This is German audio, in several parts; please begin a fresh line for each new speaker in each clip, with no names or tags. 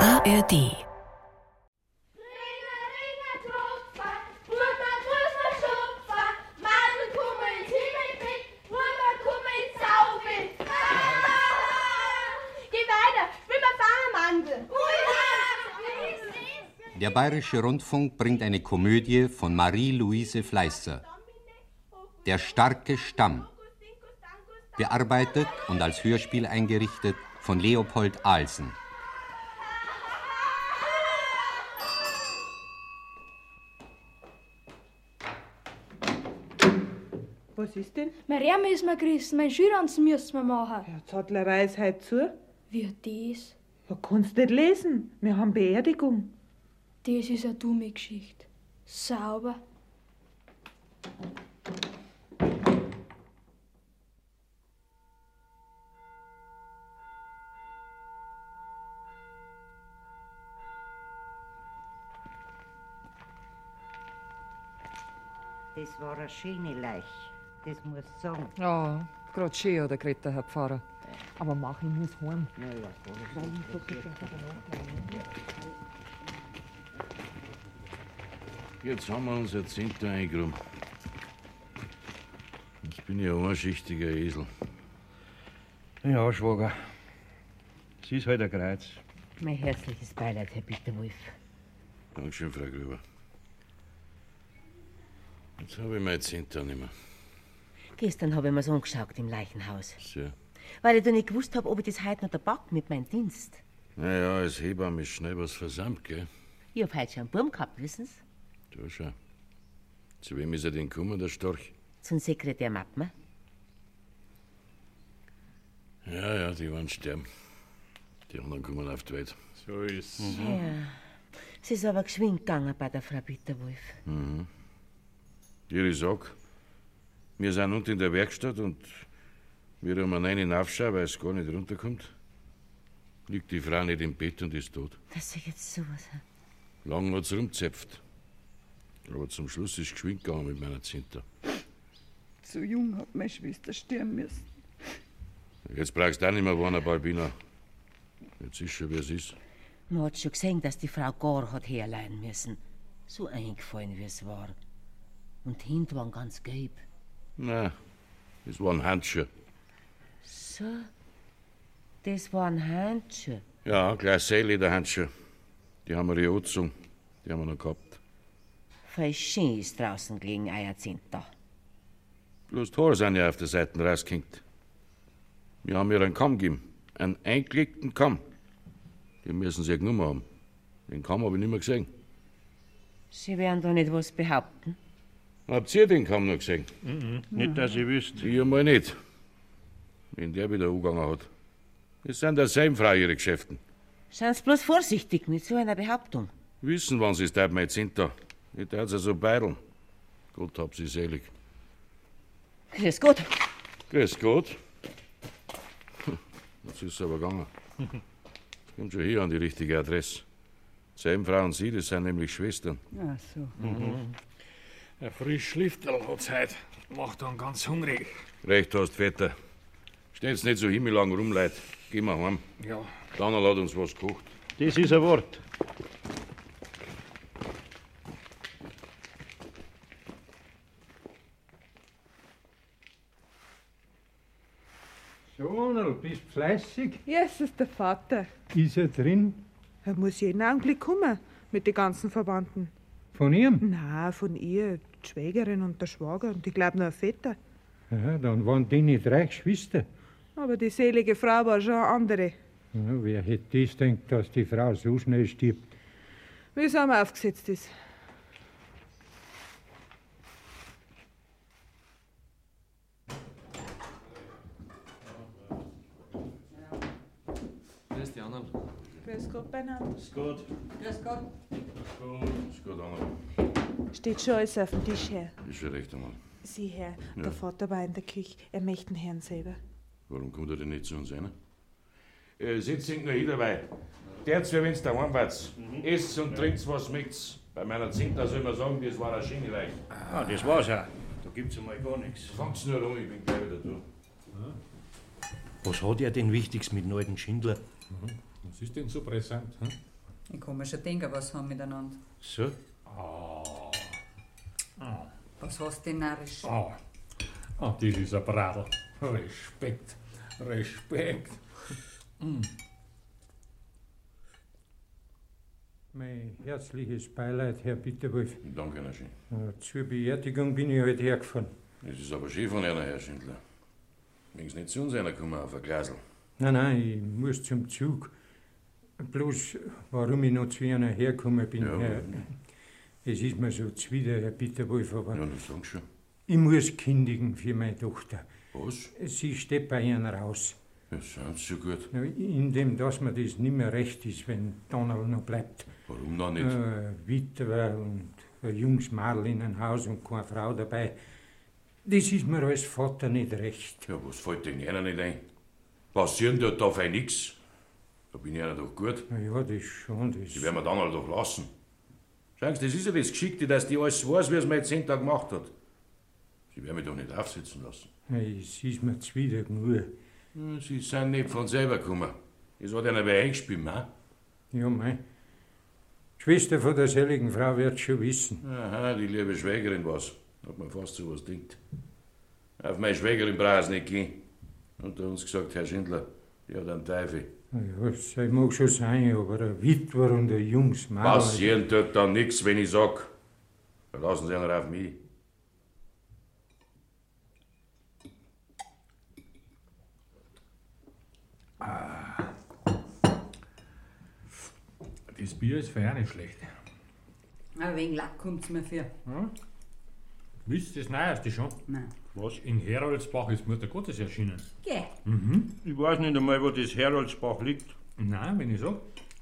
ARD.
Der Bayerische Rundfunk bringt eine Komödie von Marie-Louise Fleißer. Der starke Stamm. Bearbeitet und als Hörspiel eingerichtet von Leopold Ahlsen.
Was ist denn?
Mein Ärmel ist mir gerissen, mein Schüranzen müssen wir machen.
Ja, Zottlerei ist heute zu.
Wie das?
Man kann's nicht lesen. Wir haben Beerdigung.
Das ist eine dumme Geschichte. Sauber.
Das war eine schöne Leich. Das muss ich sagen.
Ja, grad schön, oder geredet der Herr Pfarrer. Aber mach, ich muss heim.
Naja,
Jetzt haben wir uns ein Zehnter eingeräumt. Ich bin ja einschichtiger Esel.
Ja, Schwager. Es ist halt ein Kreuz.
mein herzliches Beileid, Herr Peter Wolf.
Dankeschön, Frau Gröber. Jetzt habe ich mein Zehnter nicht mehr.
Gestern habe ich mir's angeschaut im Leichenhaus,
Sehr.
weil ich da nicht gewusst habe, ob ich das heute noch erback mit meinem Dienst.
Naja, als Hebamme ist schnell was versammelt, gell?
Ich habe heute schon einen Burm gehabt, wissen Sie?
Du schau. Zu wem ist er denn gekommen, der Storch?
Zum Sekretär Mappmer.
Ja, ja, die waren sterben. Die anderen kommen auf die Welt. So ist's.
Ja. Es ist aber geschwind gegangen bei der Frau Bitterwolf.
Mhm. Ihre Sack. Wir sind unten in der Werkstatt und wir haben einen hinaufschauen, weil es gar nicht runterkommt. Liegt die Frau nicht im Bett und ist tot.
Das ist jetzt sowas.
Lang hat's rumgezepft. Aber zum Schluss ist geschwind gegangen mit meiner Zinter.
So jung hat meine Schwester sterben müssen.
Jetzt brauchst du auch nicht mehr warnen, Balbina. Jetzt ist schon, wie es ist.
Man hat schon gesehen, dass die Frau gar hat herleiden müssen. So eingefallen, wie es war. Und die Hände waren ganz gelb.
Nein, es waren Handschuhe.
So, das waren Handschuhe.
Ja, gleich Seelederhandschuhe. Die haben wir ja angezogen. Die haben wir noch gehabt.
Voll schön ist draußen gelegen, Eierzinter.
Bloß die Haare sind ja auf der Seite rausgehängt. Wir haben ihr einen Kamm gegeben. Einen eingelegten Kamm. Den müssen sie ja genommen haben. Den Kamm habe ich nicht mehr gesehen.
Sie werden da nicht was behaupten.
Habt ihr den Kamm noch gesehen?
Nicht, dass
ich wüsste. Ich einmal nicht. Wenn der wieder angegangen hat. Es sind derselben Frau ihre Geschäften.
Seien Sie bloß vorsichtig mit so einer Behauptung.
Wissen, wann sie es mein Zinter. Ich darf sie so beideln. Gott hab sie selig.
Grüß Gott.
Grüß Gott. Hm, Jetzt ist es aber gegangen. Jetzt kommt schon hier an die richtige Adresse. Selben Frau und sie, das sind nämlich Schwestern.
Ach so.
Mhm. Ein Frischlifterl hat's heut. Macht dann ganz hungrig.
Recht hast, Vetter. Steht's nicht so himmelang rum, Leute. Gehen wir heim.
Ja.
Dann hat uns was gekocht.
Das ist ein Wort.
Sohnerl, bist fleißig?
Ja, es ist der Vater.
Ist er drin?
Er muss jeden Augenblick kommen mit den ganzen Verwandten.
Von ihm?
Na, von ihr, die Schwägerin und der Schwager und ich glaube nur ein Vetter.
Ja, dann waren die nicht drei Geschwister.
Aber die selige Frau war schon eine andere.
Ja, wer hätte das denkt, dass die Frau so schnell stirbt?
Wie es einmal aufgesetzt ist.
Grüß die anderen.
Grüß Gott, Bernhard.
Grüß Gott.
Grüß Gott.
Grüß Gott, Anna.
Steht schon alles auf dem Tisch her.
Ist schon recht einmal.
Sieh her,
Ja.
der Vater war in der Küche. Er möchte den Herrn selber.
Warum kommt er denn nicht zu uns rein? Äh, sitzt hinten noch jeder dabei. Der zu, wenn's daheim wart. Esst und trinkt, was schmeckt's. Bei meiner Zinter soll man sagen, das war eine schöne Leiche.
Ah, das war's auch. Da gibt's einmal gar nichts. Hm?
Fangt's nur an, ich bin gleich wieder da.
Was hat er denn Wichtiges mit dem alten Schindler?
Was ist denn so brisant? Hm?
Ich kann mir schon denken, was haben miteinander.
So?
Ah. Ah.
Was hast du denn narrisch?
Ah. ah, das ist ein Bradl. Respekt. Respekt. Mm.
Mein herzliches Beileid, Herr Bitterwolf.
Danke, Herr Schindler.
Äh, Zur Beerdigung bin ich heute hergefahren.
Das ist aber schön von einer, Herr Schindler. Wenn's nicht zu uns einer kommen auf ein Glasl.
Nein, nein, ich muss zum Zug. Bloß, warum ich noch zu einer hergekommen bin,
Ja,
Herr,
warum?
es ist mir so zuwider, Herr Bitterwolf, aber
Ja, das sag schon.
ich muss kündigen für meine Tochter.
Was?
Sie steht bei Ihnen raus.
Ja, sind Sie schon gut.
Ja, Indem, dass mir das nicht mehr recht ist, wenn Donald noch bleibt.
Warum dann nicht?
Äh, Witwer und ein junges Mädel in ein Haus und keine Frau dabei. Das ist mir als Vater nicht recht.
Ja, was fällt denn einer nicht ein? Passieren tut da fein nix. Da bin ich einer doch gut.
Na ja, das schon, das.
Die werden wir dann halt doch lassen. Schauen Sie, das ist ja das Geschickte, dass die alles weiß, wie es mir jetzt zehn Tage gemacht hat. Sie werden mich doch nicht aufsitzen lassen.
Es ist mir zuwider genug.
Ja, Sie sind nicht von selber gekommen. Es hat einer bei eingespielt, ne?
Ja, mei. Die Schwester von der seligen Frau wird schon wissen.
Aha, die liebe Schwägerin was. Hat mir fast so was denkt. Auf meine Schwägerin brauch's nicht gehen. Unter uns gesagt, Herr Schindler, die hat einen Teufel.
Na Ja, das mag schon sein, aber ein Witwer und ein junges Mädel.
Passieren tut dann nix, wenn ich sag. Verlassen Sie einen auf mich.
Das Bier ist für nicht schlecht.
Ein wenig Ah, Lack kommt es mir für.
Hm? Wisst ihr das Neueste schon?
Nein.
Was? In Heroldsbach ist Mutter Gottes erschienen.
Geh.
Mhm. Ich weiß nicht einmal, wo das Heroldsbach liegt. Nein, wenn ich sag,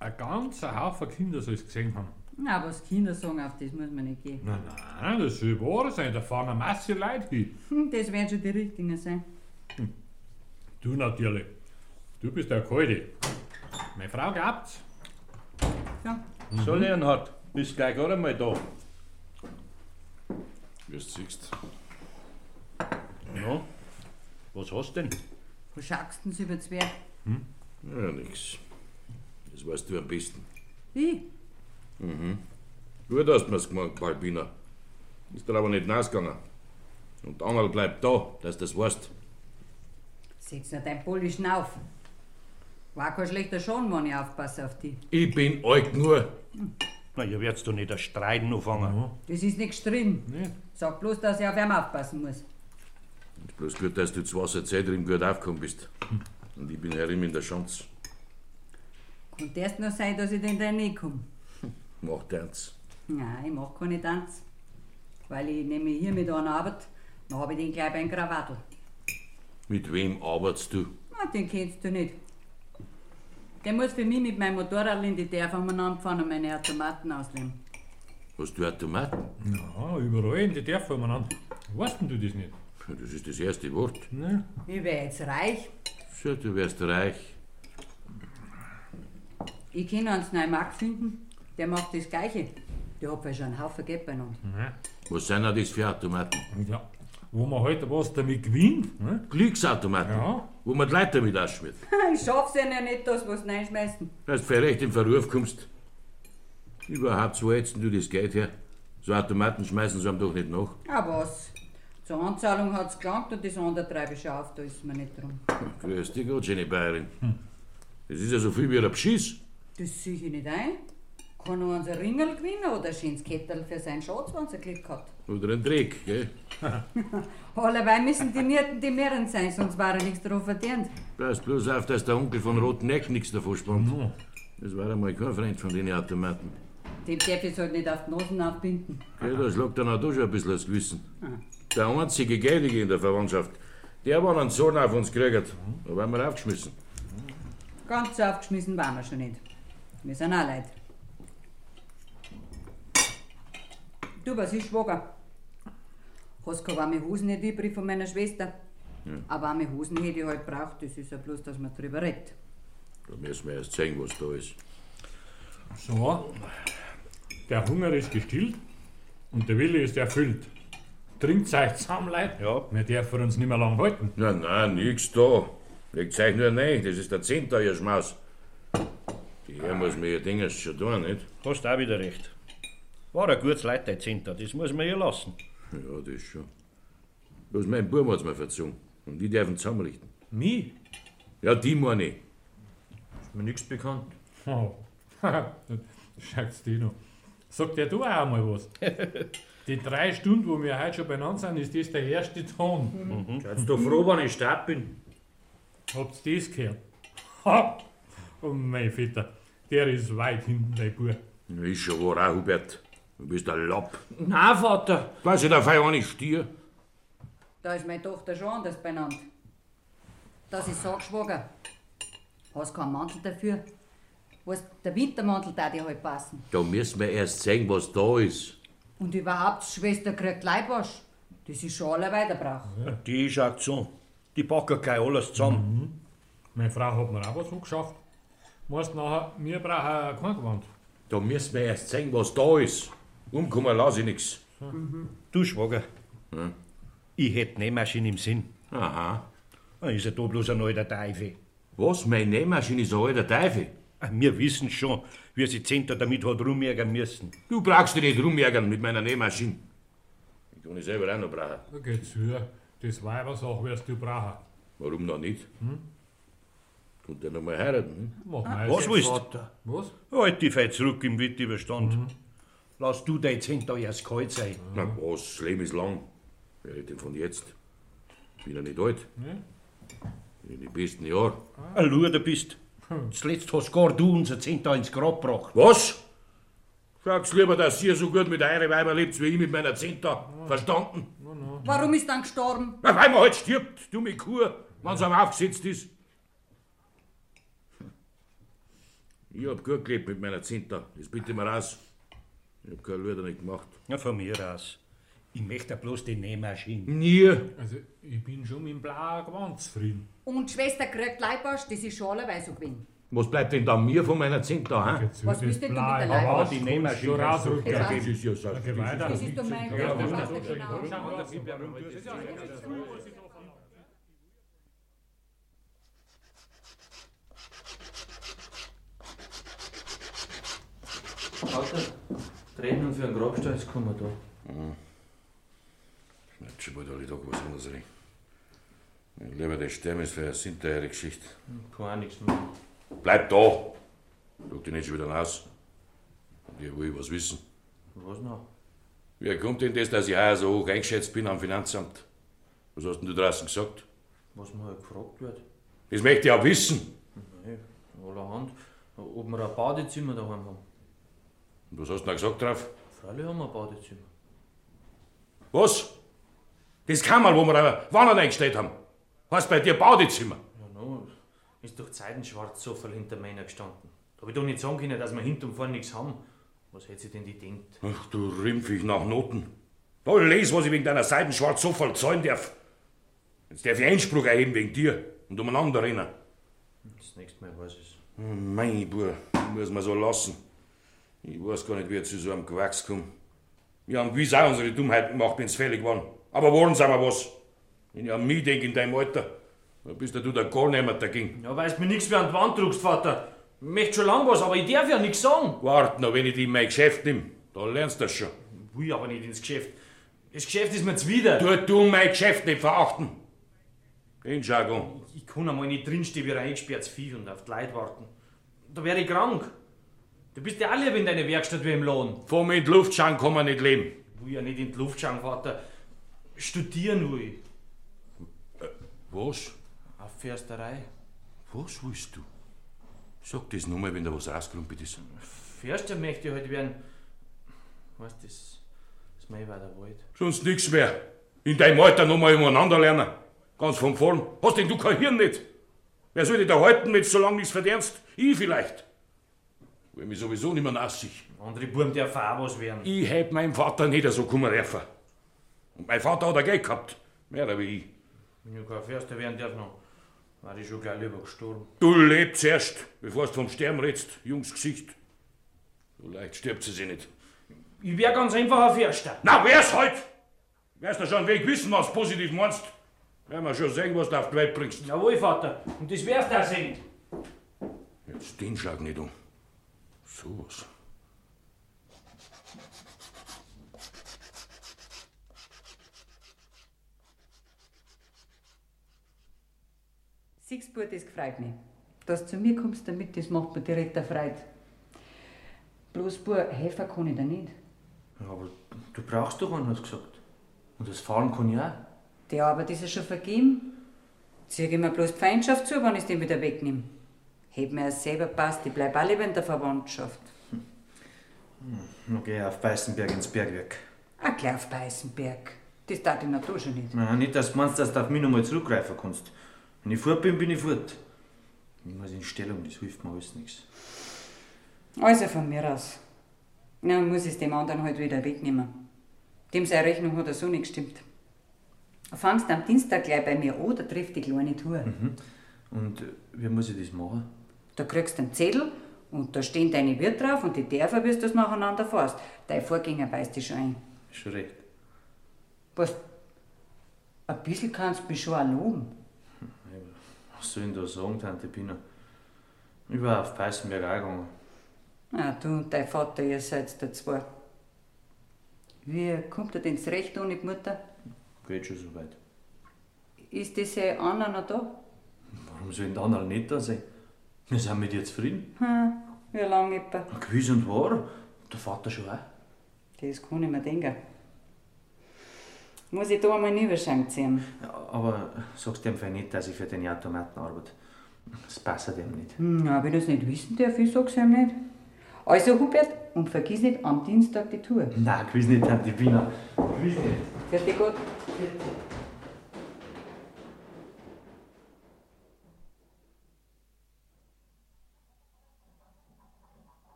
ein ganzer Haufen Kinder soll es gesehen haben.
Na, was Kinder sagen, auf das muss man nicht gehen.
Nein, nein, das soll wahr sein, da fahren eine Masse Leute hin.
Hm, Das werden schon die Richtigen sein.
Du natürlich. Du bist der Kalte. Meine Mhm. Frau glaubt's.
So, Leonhard, bist gleich gerade mal da.
Wie du siehst.
Ja, was hast denn?
Wo schaust du denn über Zwerg?
Ja, nix. Das weißt du am besten.
Ich?
Mhm. Gut hast du mir's gemacht, Balbiner. Ist dir aber nicht rausgegangen. Und Angel bleibt da, dass du das weißt.
Siehst du dein Pulli schnauf. War kein schlechter Schon, wenn ich aufpasse auf die.
Ich bin alt nur.
Na, ihr werdet doch nicht ein Streiten anfangen.
Mhm.
Das ist nicht gestritten. Sag bloß, dass ich auf ihn aufpassen muss.
Ist bloß gut, dass du zu Wasser Zeit drin gut aufgekommen bist. Und ich bin herin in der Schanz.
Und erst noch sein, dass ich den da nicht komme.
Macht eins.
Nein, ich mach keine Tanz. Weil ich nehme hier mit einer Arbeit, dann habe ich den gleich beim Krawattel.
Mit wem arbeitest du?
Ah, den kennst du nicht. Der muss für mich mit meinem Motorrad in die Dörfer umeinander fahren und meine Automaten auslehnen.
Hast du Automaten?
Ja, überall in die Dörfer umeinander. Weißt denn du das nicht?
Das ist das erste Wort.
Ne?
Ich wär jetzt reich.
So, du wärst reich.
Ich kann einen Neumarkt finden, der macht das Gleiche. Der hat ja schon einen Haufen Geld bei uns.
Ne?
Was sind denn das für Automaten?
Ja. Wo man heute was damit gewinnt. Ne?
Glücksautomaten, wo man die Leute damit ausschmiert.
ich schaff's ja nicht, das was reinschmeißen.
Dass du vielleicht in Verruf kommst. Überhaupt, wo hältst denn du das Geld her? So Automaten schmeißen sie einem doch nicht nach.
Ah, was? Zur Anzahlung hat's gelangt und das andere treibe ich schon auf, da ist mir nicht drum.
Grüß dich Gott, schöne Bayerin.
Hm.
Das ist ja so viel wie ein Beschiss.
Das sehe ich nicht ein. Kann nur unser Ringel gewinnen oder ein schönes Kettel für seinen Schatz, wenn er Glück hat.
Oder ein Dreck, gell?
Allerweil müssen die Nierten die Meeren sein, sonst war er nichts drauf verdient.
Pass bloß auf, dass der Onkel von Roten Eck nichts davon spannt. Das war einmal kein Freund von den Automaten.
Dem darf ich halt nicht auf die Nasen aufbinden.
Gell, da schlagt dann auch da schon ein bisschen das Gewissen. Der einzige Geilige in der Verwandtschaft, der war einen Sohn auf uns gekriegt. Da waren wir aufgeschmissen.
Ganz so aufgeschmissen waren wir schon nicht. Wir sind auch Leute. Du, was ist, Schwager? Hast keine warme Hosen nicht übrig von meiner Schwester. Aber warme Hosen hätte ich halt braucht, das ist ja bloß, dass man drüber redet.
Da müssen wir erst sehen, was da ist.
So, der Hunger ist gestillt und der Wille ist erfüllt. Trinkt euch zusammen, Leute. Ja. Wir dürfen uns nicht mehr lang halten.
Na, na, nix da. Legt euch nur rein, das ist der Zehnter, ihr Schmaus. Die
Er muss mir ja Dinges schon tun, nicht?
Hast auch wieder recht. War ein gutes Leid, dein Zinter, das muss man ihr lassen.
Ja, das schon. Bloß mein Bub hat's mir verzogen. Und ich darf ihn zusammenrichten.
Mich?
Ja, die meine ich.
Ist mir nichts bekannt.
Oh. Schaut's dir noch. Sagt ja du auch einmal was. Die drei Stunden, wo wir heute schon beieinander sind, ist das der erste Ton.
Mhm.
Seid doch froh, wenn ich stark bin. Habt ihr das gehört? Ha! Oh mein Vetter, der ist weit hinten, der Bub.
Ja, Ist schon wahr, auch, Hubert. Du bist ein Lapp.
Nein, Vater.
Weiß ich, der Feier nicht stier.
Da ist meine Tochter schon anders benannt. Dass ich sag, Schwager, hast keinen Mantel dafür. Weißt, der Wintermantel da dir halt passen.
Da müssen wir erst sehen, was da ist.
Und überhaupt, Schwester kriegt Leibwasch. Das ist schon alle Weiterbrauch.
Die schaut so. Die packen gleich alles zusammen.
Mhm.
Meine Frau hat mir auch was angeschafft. Weißt nachher, wir brauchen kein Gewand.
Da müssen wir erst sehen, was da ist. Umkommen lasse ich nichts.
Du Schwager, ich hätte Nähmaschine im Sinn.
Hm. Aha.
Dann ist ja da bloß ein alter Teufel. Ah,
Was? Meine Nähmaschine ist ein alter Teufel?
Wir wissen schon, wie sie Zentner damit hat rumärgern müssen.
Du brauchst dich nicht rumjägern mit meiner Nähmaschine. Ich kann ich selber auch noch brauchen.
Da geht's höher. Das Weibersache wirst du brauchen.
Warum noch nicht? Hm? Kommt er noch mal heiraten? Hm?
Mach mal
Was
jetzt,
willst
Vater. Was? Mhm.
Halt die Fei zurück im Wittüberstand. Lass du dein Zentner erst kalt sein.
Na was, das Leben ist lang. Wer redet denn von jetzt? Bin ja nicht alt.
Nee.
In den besten Jahren.
Ein Luder bist.
Hm.
Zuletzt hast gar du unser Zentner ins Grab gebracht.
Was? Sag's lieber, dass ihr so gut mit euren Weibern lebt, wie ich mit meiner Zehnter. Verstanden?
Warum ist dann gestorben?
Na, weil man halt stirbt, du mit Kur, wenn's am aufgesetzt ist. Ich hab gut gelebt mit meiner Zehnter. Das bitte mir raus. Ich hab keine Lüder nicht gemacht.
Ja, von mir aus. Ich möchte bloß die Nähmaschine.
Nie.
Also, ich bin schon mit dem blauen Gewand zufrieden.
Und Schwester kriegt Leibwasch, das ist schon alle so gewesen.
Was bleibt denn da mir von meiner Zehnter, hä?
Was willst denn du mit der
Leibwahl?
Aber die Nähmaschine
Schon rausrücken.
Ja,
Geht
das ist ja so.
Geh weiter.
Das ist doch mein
Ja,
Gott,
wunderbar.
das ist doch genau.
Vater, Tränen für einen Grabstein ist gekommen da.
Hm. Schmeckt schon bald alle Tag was anderes rein. Ich lieber der Stern ist für eine hinterher Geschichte.
Hm, Kann auch nichts machen.
Bleib da! Guck dich nicht schon wieder raus. Und ich will was wissen.
Was noch?
Wie kommt denn das, dass ich heuer so hoch eingeschätzt bin am Finanzamt? Was hast denn du draußen gesagt?
Was mir halt gefragt wird.
Das möchte ich auch wissen.
Nein, allerhand. Ob wir ein Badezimmer daheim haben.
Und was hast du denn da gesagt drauf?
Freilich haben wir ein Badezimmer.
Was? Das kann mal, wo wir eine Wanne eingestellt haben. Heißt bei dir Badezimmer.
Ja, no. Ist doch zeitenschwarz so viel hinter meiner gestanden. Da hab ich doch nicht sagen können, dass wir hinten und vorne nichts haben. Was hätte sie denn die denkt?
Ach, du Rimpfig nach Noten. Da les, was ich wegen deiner Seitenschwarz so voll zahlen darf. Jetzt darf ich Einspruch erheben wegen dir und umeinander rennen.
Das nächste Mal weiß ich's.
Oh, mein Bub, muss man so lassen. Ich weiß gar nicht, wie ich zu so einem Gewachs komme. Wir haben gewiss auch unsere Dummheiten gemacht, wenn's fällig waren. Aber waren sind wir was. Wenn ich an mich denke in deinem Alter, dann bist ja du der Goalnehmer dagegen.
Ja, weißt mir nichts wie an die Wand druckst, Vater. Ich möchte schon lang was, aber ich darf ja nichts sagen.
Wart noch, wenn ich dich in mein Geschäft nimm, dann lernst du das schon.
Ich will aber nicht ins Geschäft. Das Geschäft ist mir zuwider.
Tu du mein Geschäft nicht verachten. Den Jargon.
Ich kann einmal nicht drinstehen wie ein eingesperrtes Vieh und auf die Leute warten. Da wäre ich krank. Du bist ja alle in deiner Werkstatt wie im Lohn.
Vom in die Luft schauen kann man nicht leben.
Ich will ja nicht in die Luft schauen, Vater. Studieren will ich.
Was?
Auf Försterei.
Was willst du? Sag das nur mal, wenn da was rausgerumpelt ist.
Förster möchte ich heute werden. Weißt du, das ist mein weiter Wald.
Sonst nichts mehr. In deinem Alter nochmal umeinander lernen. Ganz von vorn. Hast denn du kein Hirn nicht? Wer soll dich da halten, wenn du so lange nichts verdienst? Ich vielleicht. Weil mich sowieso nicht mehr nassig.
Andere Buben dürfen auch was werden.
Ich hätt meinem Vater nicht so kommen dürfen. Und mein Vater hat er Geld gehabt. Mehr wie ich.
Wenn ich kein Förster werden darf noch, war ich schon gleich lieber gestorben.
Du lebst erst, bevor du vom Sterben redst, Jungs Gesicht. So leicht stirbt sie sich nicht.
Ich wär ganz einfach ein Förster.
Na, wär's halt! Wärst du schon einen Weg wissen, was du positiv meinst? Werden wir schon sehen, was du auf die Welt bringst.
Jawohl, Vater. Und das wär's da sehen.
Jetzt den Schlag nicht um.
Sowas.
Siegsburt, das gefreut mich. Dass du zu mir kommst damit, das macht mir direkt erfreut. Bloß, Bur, helfen kann ich dir nicht.
Ja, aber du brauchst doch einen, hast du gesagt. Und das Fahren kann ich auch.
Die Arbeit ist ja schon vergeben. Zieh ich mir bloß die Feindschaft zu, wenn ich den wieder wegnehme. Heb mir ja selber passt, ich bleib auch lieber in der Verwandtschaft.
Hm, Dann geh ich auf Weißenberg ins Bergwerk.
Auch gleich auf Weißenberg. Das tat ich natürlich schon nicht.
Na, nicht, dass du meinst, dass du auf mich nochmal zurückgreifen kannst. Wenn ich fort bin, bin ich fort. Ich muss in Stellung, das hilft mir alles nichts.
Also von mir aus. Na, muss ich dem anderen halt wieder wegnehmen. Dem seine Rechnung hat er so nicht gestimmt. Fangst am Dienstag gleich bei mir an, da trifft die kleine Tour.
Mhm. Und äh, wie muss ich das machen?
Da kriegst du einen Zettel und da stehen deine Wirt drauf und die Dörfer, bis du es nacheinander fährst. Dein Vorgänger beißt dich schon ein.
Ist schon recht.
Was? Ein bisschen kannst du mich schon auch loben.
Was soll ich denn da sagen, Tante Pina? Ich war auf Peißenberg angegangen.
Ah, du und dein Vater, ihr seid da zwei. Wie kommt er denn ins Recht ohne die Mutter?
Geht schon so weit.
Ist diese Anna noch da?
Warum sollen die anderen nicht da sein? Wir sind mit ihr zufrieden.
Hm, wie lange etwa?
Gewiss und wahr. Der Vater schon auch.
Das kann ich mir denken. Muss ich da einmal einen Überschank ziehen?
Aber sagst dem Fall nicht, dass ich für den Automaten arbeite. Das passt dem nicht.
Hm, aber wenn ich das nicht wissen darf, ich sag's ihm nicht. Also, Hubert, und vergiss nicht am Dienstag die Tour.
Nein, gewiss nicht, Tante Pina. Gewiss nicht.
Fertig, dich gut.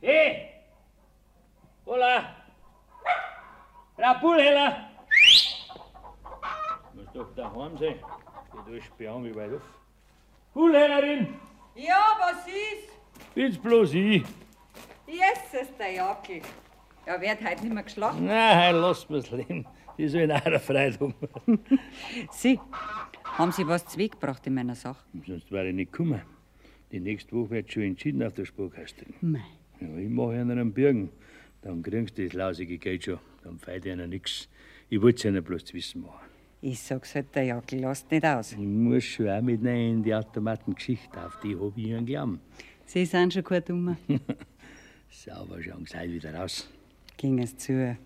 Hey! Hola! Rapulhela! Muss doch daheim sein. Die durchsperren wie weit auf. Hulhelerin!
Ja, was ist?
Bin's bloß ich.
Jesus, der Jackel. Ja, wer hat heute nicht mehr geschlafen?
Nein, lass mir's leben. Die sollen auch eine Freude haben.
Sie, haben Sie was zweckgebracht in meiner Sache?
Sonst wäre ich nicht gekommen. Die nächste Woche wird schon entschieden auf der Spurkastin.
Nein.
Ja, ich mache einen am Birgen. Dann kriegst du das lausige Geld schon. Dann feit einer nix. Ich wollte es ihnen bloß zu wissen machen.
Ich sag's halt, der Jackel lasst nicht aus.
Ich muss schon auch mit rein in die Automatengeschichte. Auf die hab ich ihren Glauben.
Sie sind schon kein Dummer.
Sauber schauen sie heute wieder raus.
Ging es zu.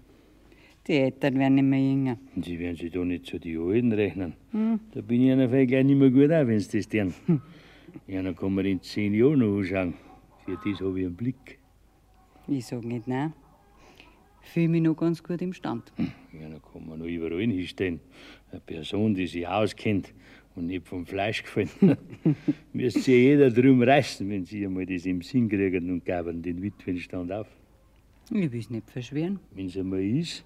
Die Eltern werden nicht mehr jünger.
Und sie werden sich da nicht zu den Alten rechnen.
Hm.
Da bin ich einer vielleicht gleich nicht mehr gut auch, wenn sie das tun. Einer kann man in zehn Jahren noch anschauen. Für das hab ich einen Blick.
Ich sag nicht nein. Fühle mich noch ganz gut im Stand.
Einer kann man noch überall hinstellen. Eine Person, die sich auskennt und nicht vom Fleisch gefällt. Müsste sich jeder drum reißen, wenn sie einmal das im Sinn kriegen und geben den Witwenstand auf.
Ich will's nicht verschwören.
Wenn es einmal ist,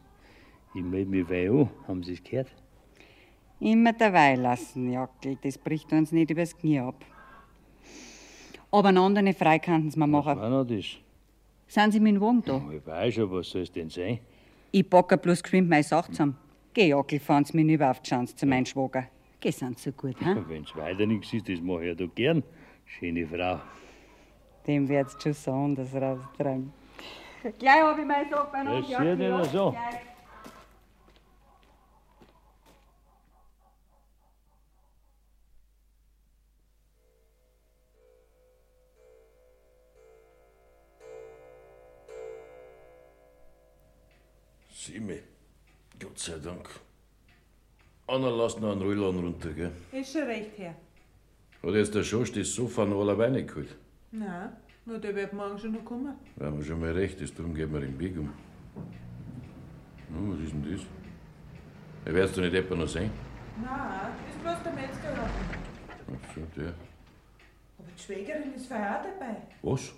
ich melde mich bei an. Haben Sie es gehört?
Immer dabei lassen, Jackel. Das bricht uns nicht übers Knie ab. Aber einen anderen frei könnten Sie mir machen.
Was war noch das?
Sind Sie mit dem Wagen da?
Ich weiß schon, was soll es denn sein?
Ich packe bloß geschwind meine Sache zusammen. Geh, Jackel, fahren Sie mich über auf die Schanze zu meinem Schwager. Geh, sind Sie so gut, hä?
Wenn es weiter nichts ist, das mache ich ja doch gern. Schöne Frau.
Dem wird's schon so anders raustreiben.
Gleich hab ich meine Sache
Das sieht einer so.
Sieh mich. Gott sei Dank. Anna, lass noch einen Röllern runter, gell?
Ist schon recht her.
Hat jetzt der Schosch das Sofa noch alleine geholt?
Nein, nur der wird morgen schon noch kommen.
Da haben wir schon mal recht, ist, darum gehen wir den Weg um. Oh, was ist denn das? Er werd's doch nicht etwa noch sein.
Nein, ist bloß der Metzger.
Ach so, der.
Aber die Schwägerin ist vorher auch dabei.
Was?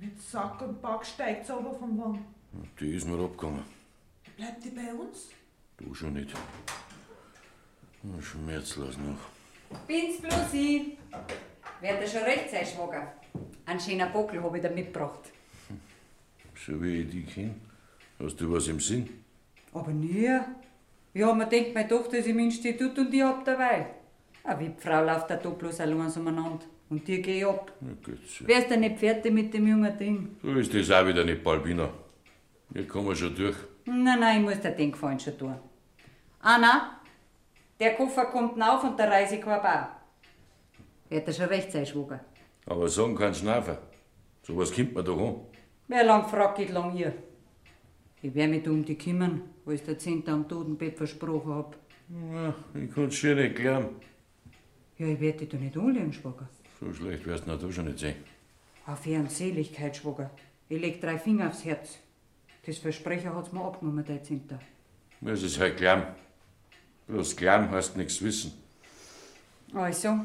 Mit Sack und Back steigt sie aber vom Wagen.
Die ist mir abgegangen.
Bleibt die bei uns?
Du schon nicht. Oh, Schmerzlos noch.
Bin's bloß ich. Wird er schon recht sein, Schwager. Einen schönen Buckel hab ich da mitgebracht.
So wie ich dich kenn. Hast du was im Sinn?
Aber nie. Ja, man denkt, meine Tochter ist im Institut und ich hab dabei. Ah, Eine Wipfrau läuft da bloß allein umeinander. Und dir geh ich ab.
Na gut, so.
Wärst du nicht fertig mit dem jungen Ding?
so ist das auch wieder nicht Balbina. Wir kommen schon durch.
Nein, nein, ich muss dir den Gefallen schon tun. Anna, der Koffer kommt auf und der Reisekorb auch. Wird er schon recht sein, Schwager.
Aber sagen kannst du nachher. So was kommt man doch an.
Wer lang fragt, geht lang hier. Ich werd mich da um die kümmern, als der Zehnte am Totenbett versprochen hab.
Ja, ich kann's schon nicht glauben.
Ja, ich werd dich da nicht anlegen, Schwager.
So schlecht wärst du da schon nicht sehen.
Auf Ehrenseligkeit, Schwager. Ich leg drei Finger aufs Herz. Das Versprechen hat's mir abgenommen, der Zehnter.
Muss es halt glauben. Bloß glauben heißt nichts wissen.
Also,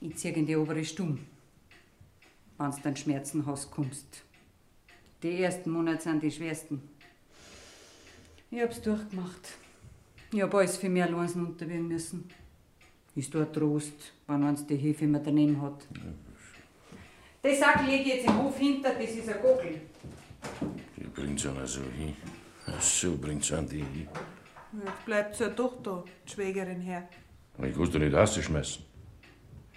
ich zieh in die obere Stumm. Wenn's dann Schmerzen hast, kommst. Die ersten Monate sind die schwersten. Ich hab's durchgemacht. Ich hab alles für mich allein unterwehren müssen. Ist da ein Trost, wenn uns die Hilfe immer daneben hat. Das Sack lege ich jetzt im Hof hinter, das ist ein Gockel.
Die bringt's einer so hin. So bringt's an die hin.
Jetzt bleibt ja doch da, die Schwägerin her.
Aber Ich kann's doch nicht rausschmeißen.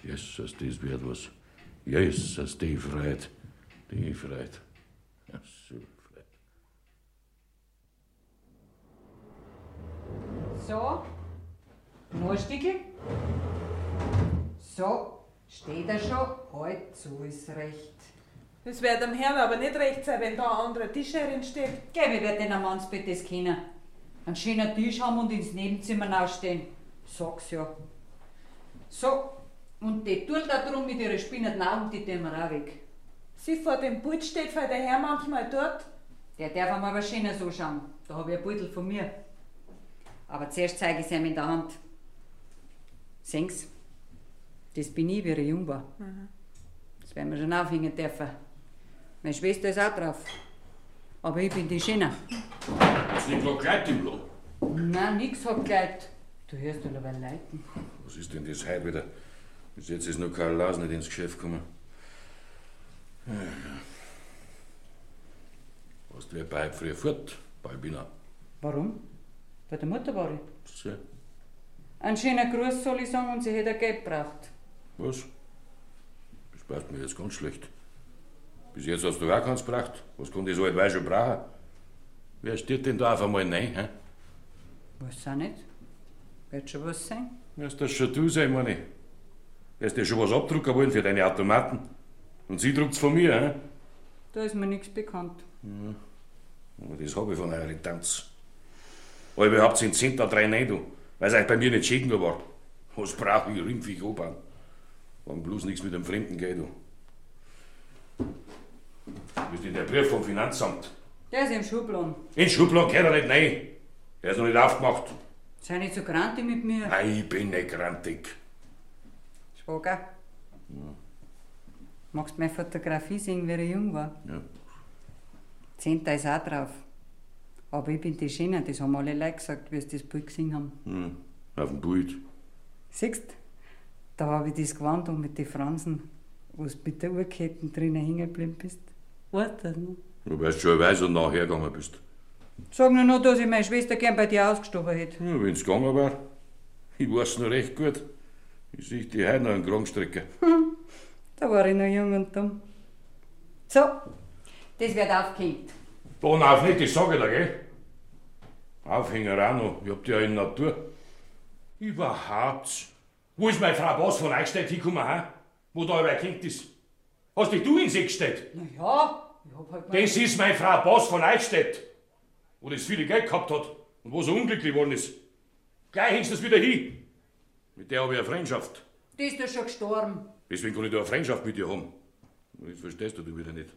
Jesus, das wird was. Jesus, die Freude. Die Freude. Ja, So Freude.
So, noch ein Stückchen. So, steht er schon. Halt, so ist recht.
Das wird dem Herrn aber nicht recht sein, wenn da ein anderer Tischherrin steht.
Geh, wie wird denn ein Mannsbett das kennen? Einen schönen Tisch haben und ins Nebenzimmer nachstehen. Sag's ja. So, und die tut da drum mit ihren spinnenden Augen, die tun wir auch weg.
Sie vor dem Putz steht, fällt der Herr manchmal dort.
Der darf einmal was Schönes anschauen. Da hab ich ein Beutel von mir. Aber zuerst zeige ich es ihm in der Hand. Sehen's? Das bin ich, wie er jung war.
Mhm.
Das werden wir schon aufhängen dürfen. Meine Schwester ist auch drauf. Aber ich bin die Schöne.
Ist nicht gerade gleich im Loch.
Nein, nix hat Kleid. Du hörst doch aber leiten.
Was ist denn das heute wieder? Bis jetzt ist noch Karl Laus nicht ins Geschäft gekommen. Ja, ja. Hast du ja bei früher fort, bei Bina.
Warum? Bei der Mutter war ich.
So,
Ein schöner Gruß soll ich sagen und sie hätte ein Geld gebraucht.
Was? Das passt mir jetzt ganz schlecht. Bis jetzt hast du auch keins gebracht. Was kann das alte Weib schon brauchen? Wer steht denn da auf einmal rein? Hä?
Weiß auch nicht. Wird schon was sein.
Wirst das schon du sein, meine ich. Wirst dir schon was abdrucken wollen für deine Automaten? Und sie druckt's von mir, hä?
Da ist mir nichts bekannt.
Ja. Aber das hab ich von eurer Tanz. Halbe habt ihr in 10 da drei rein, du. Weil euch bei mir nicht schicken war. Was brauch ich rimpfig obern? Wenn bloß nichts mit dem Fremden geht, du. Du bist in der Brief vom Finanzamt.
Der ist im Schublon.
In den Schubladen gehört er nicht rein. Er ist noch nicht aufgemacht.
Sei nicht so grantig mit mir.
Nein, ich bin nicht grantig.
Schwager. Magst meine Fotografie sehen, wie er jung war?
Ja.
Zehnter ist auch drauf. Aber ich bin die Schöne, das haben alle Leute gesagt, wie sie das Bild gesehen haben.
Hm. Auf dem Bild.
Siehst da habe ich das Gewand und mit den Fransen, wo du mit der Uhrketten drinnen hängen geblieben bist. Weißt du das noch?
Du weißt schon, weiß und nachher gegangen bist.
Sag nur noch, dass ich meine Schwester gern bei dir ausgestochen hätte.
Ja, wenn's gegangen war. Ich weiß noch recht gut. Ich sehe die heute noch an Krankenstrecke.
Da war ich noch jung und dumm. So, das wird aufgehängt.
Dann auf nicht, ich sage da, gell? Aufhänger auch noch. Ich hab die ja in Natur. Überhaupt. Wo ist meine Frau Boss von Eichstätt hingekommen, hä? Wo da überall Kind ist? Hast dich du in See gestellt?
Na ja, ich hab halt
Das ist meine Frau Boss von Eichstätt, wo das viele Geld gehabt hat und wo so unglücklich geworden ist. Gleich hängst du es wieder hin. Mit der habe ich eine Freundschaft.
Die ist doch schon gestorben.
Deswegen kann ich da eine Freundschaft mit dir haben. Und jetzt verstehst du du wieder nicht.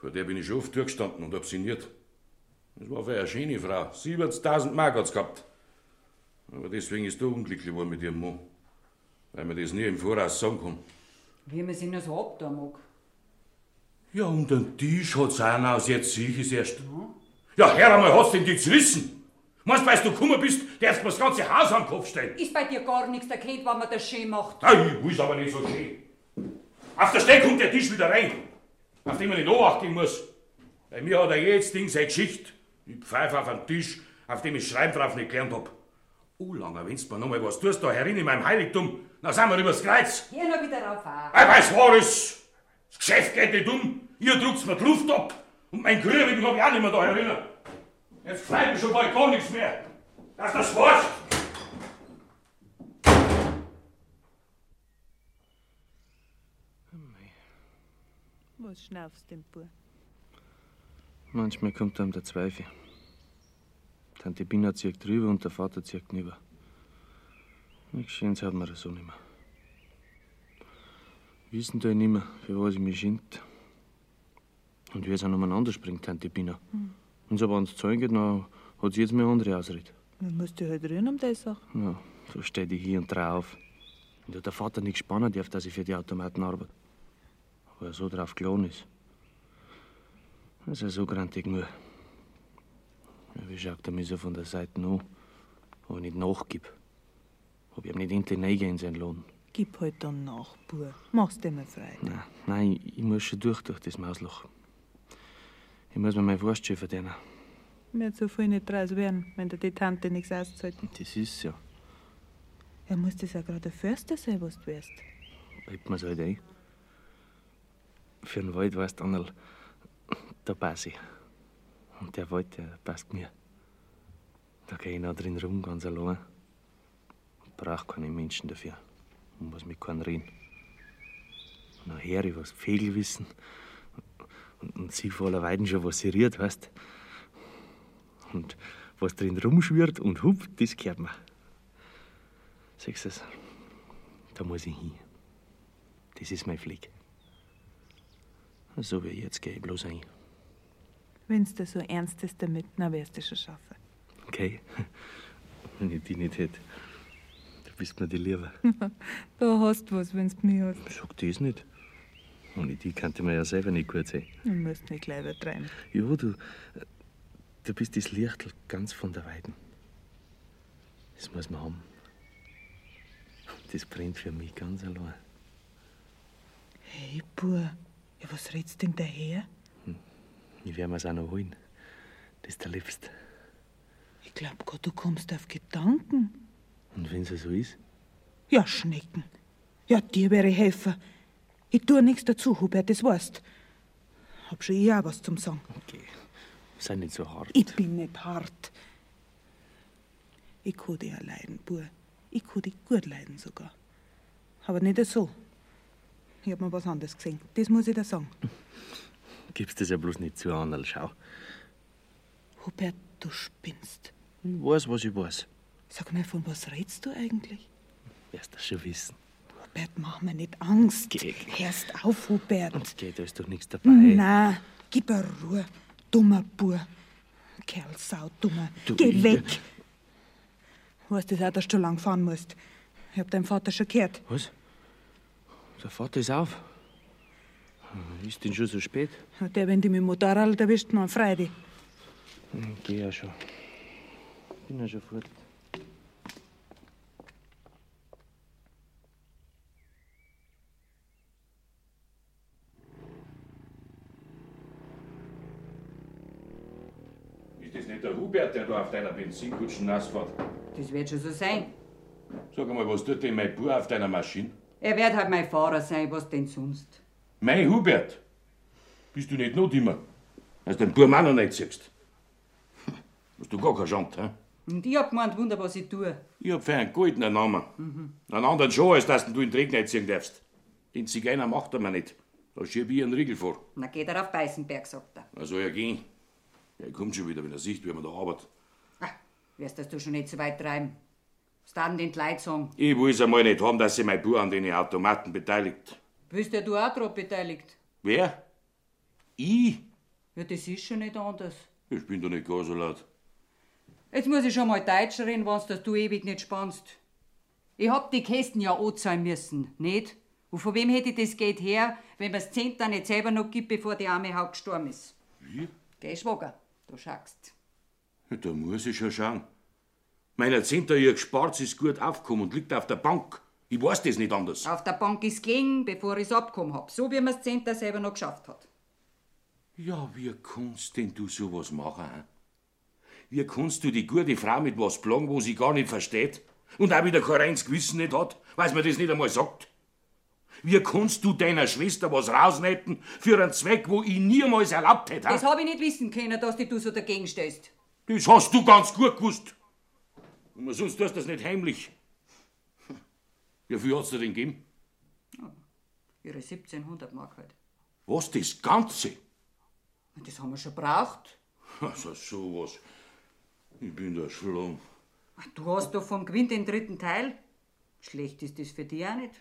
Vor der bin ich schon oft durchgestanden und hab signiert. Das war für eine schöne Frau. 70.000 Mark hat's gehabt. Aber deswegen ist du unglücklich geworden mit ihrem Mann. Weil man das nie im Voraus sagen kann.
Wie man sich noch so abtun mag.
Ja, und den Tisch hat's auch noch, aus, jetzt sehe ich es erst. Ja, hör einmal, hat's denn die zerrissen? Meinst du, weil du gekommen bist, darfst du mir das ganze Haus am Kopf stellen?
Ist bei dir gar nichts erkennt, wenn man das schön macht.
Ei, wo ist aber nicht so schön. Auf der Stelle kommt der Tisch wieder rein, auf den man nicht achten muss. Bei mir hat er jedes Ding seine Geschichte. Ich pfeife auf einen Tisch, auf dem ich Schreiben drauf nicht gelernt hab. Oh,
Ulanger, wenn's mir nochmal was tust, da herin in meinem Heiligtum, dann sind wir übers Kreuz.
Geh noch wieder rauf. auch.
Ei, weiß war es! Das Geschäft geht nicht um, ihr drückt mir die Luft ab und mein Grübel hab ich auch nicht mehr da herinnen. Jetzt bleibt mir schon bald gar nichts mehr. Dass das war's!
Was schnaufst denn, Bub?
Manchmal kommt einem der Zweifel. Tante Bina zieht drüber und der Vater zieht hinüber. Nichts Schönes hat man da halt so nimmer. Wissen da nimmer, für was ich mich schint. Und wie es auch umeinander springt, Tante Bina.
Mhm.
Und so, wenn es zahlen geht, dann hat sie jetzt mehr andere Ausrede.
Man muss dich halt rühren um die Sache.
Ja, so steht ich hier und dreh auf. Und hat der Vater nicht spannen darf, dass ich für die Automaten arbeite. Aber er so drauf gelohnt ist. Dass er so grantig nur. Wie schaut er mich so von der Seite an, ob ich nicht nachgib? Ob ich ihm nicht hinten neige in seinen Lohn?
Gib halt dann nach, Bub. Mach's dir mal frei.
Nein, nein, ich muss schon durch, durch das Mausloch. Ich muss mir meine Wurstchen verdienen.
Mir so viel nicht draus werden, wenn dir die Tante nichts auszahlt.
Das ist ja.
Er muss das ja gerade der Förster sein, was du wirst.
Bleibt mir so halt ein. Für den Wald weißt du, Annerl, da pass ich. Und der Wald, der passt mir. Da geh ich noch drin rum, ganz allein. Und brauch keine Menschen dafür. Und muss mit keinem reden. Und dann höre ich, was die Vögel wissen. Und, und sie voller Weiden schon, was sie rührt, weißt Und was drin rumschwirrt und hupft, das gehört mir. Siehst du es? Da muss ich hin. Das ist mein Flick. So wie jetzt gehe ich bloß ein.
Wenn's dir so ernst ist damit, dann wirst du schon schaffen.
Okay? Wenn ich die nicht hätte, du bist mir die Liebe.
da hast du was, wenn's mich hast.
Sag das nicht. Ohne die kannte man ja selber nicht gut sein.
Du musst nicht gleich übertreiben.
Ja, du. Du bist das Lichtel ganz von der Weiden. Das muss man haben. Das brennt für mich ganz allein.
Hey, Bub. Ja, was redst denn daher?
Ich werde mir es auch noch holen. Das ist der Liebste.
Ich glaub Gott, du kommst auf Gedanken.
Und wenn es so ist,
Ja, Schnecken. Ja, dir wäre ich helfen. Ich tue nichts dazu, Hubert, das weißt. Hab schon ich auch was zum Sagen.
sei nicht so hart.
Ich bin nicht hart. Ich kann dich auch leiden, Bub. Ich kann dich gut leiden sogar. Aber nicht so. Ich hab mir was anderes gesehen. Das muss ich dir sagen.
Gibst das ja bloß nicht zu, Annerl, schau.
Hubert, du spinnst.
Ich weiß, was ich weiß.
Sag mal, von was redst du eigentlich?
Wirst das schon wissen.
Hubert, mach mir nicht Angst. Hörst auf, Hubert.
Okay, da ist doch nichts dabei.
Na, gib mir Ruhe, dummer Bub. Kerlsau, dummer.
Du,
Geh
ich-
weg. Weißt du auch, dass du schon lang fahren musst? Ich hab deinen Vater schon gehört.
Was? Der Vater ist auf. Hm, Ist denn schon so spät?
Hat Der, wenn die mit dem Motorrad erwischt, noch am Freitag.
Hm, Ich geh ja schon. Bin ja schon fort.
Ist das nicht der Hubert, der da auf deiner Benzinkutsche nass fährt?
Das wird schon so sein.
Sag einmal, was tut denn mein Bub auf deiner Maschine?
Er wird halt mein Fahrer sein, was denn sonst?
Mein Hubert! Bist du nicht noch immer? Hast den Bub auch noch nicht selbst? Hm, Hast du gar keine Chance, hä?
Und ich hab gemeint, Wunder, was ich tue.
Ich hab für einen goldenen Namen.
Mhm.
Einen anderen schon, als dass du in den Dreck nicht ziehen darfst. Den Zigeuner macht er mir nicht. Da schieb ich einen Riegel vor.
Na, geht er auf Beißenberg, sagt er.
Er soll ja gehen. Er kommt schon wieder, wenn er sieht, wie man da arbeitet.
Wirst das du schon nicht so weit treiben. Was dann den Leuten sagen?
Ich will's einmal nicht haben, dass sich mein Bub an den Automaten beteiligt.
Bist ja du auch dran beteiligt?
Wer? Ich?
Ja, das ist schon nicht anders.
Ich bin doch nicht gar so laut.
Jetzt muss ich schon mal Deutsch reden, wenn's das du ewig nicht spannst. Ich hab die Kästen ja anzahlen müssen, nicht? Und von wem hätte ich das Geld her, wenn man's Zehnt dann nicht selber noch gibt, bevor die arme Haut gestorben ist?
Wie?
Geh, Schwager, du schaust.
Ja, Da muss ich schon schauen. Meiner Zehnter, ihr gespart, ist gut aufgekommen und liegt auf der Bank. Ich weiß das nicht anders.
Auf der Bank ist gelegen, bevor ich's abgekommen hab. So wie man's Zehnt dann selber noch geschafft hat.
Ja, wie kannst denn du sowas machen? hä?
Wie kannst du die gute Frau mit was plagen, wo sie gar nicht versteht und auch wieder kein reines Gewissen nicht hat, weil sie mir das nicht einmal sagt? Wie kannst du deiner Schwester was rausnehmen für einen Zweck, wo ich niemals erlaubt hätte?
Das
Das,
habe ich nicht wissen können, dass dich du so dagegen stehst.
das hast du ganz gut gewusst. Und mir sonst tust du das nicht heimlich. Hm. Wie viel hat's dir denn gegeben?
Ihre 1700 Mark halt.
Was, das Ganze?
Das haben wir schon braucht.
Also sowas. Ich bin der Schlamm.
Du hast doch vom Gewinn den dritten Teil. Schlecht ist das für dich auch nicht.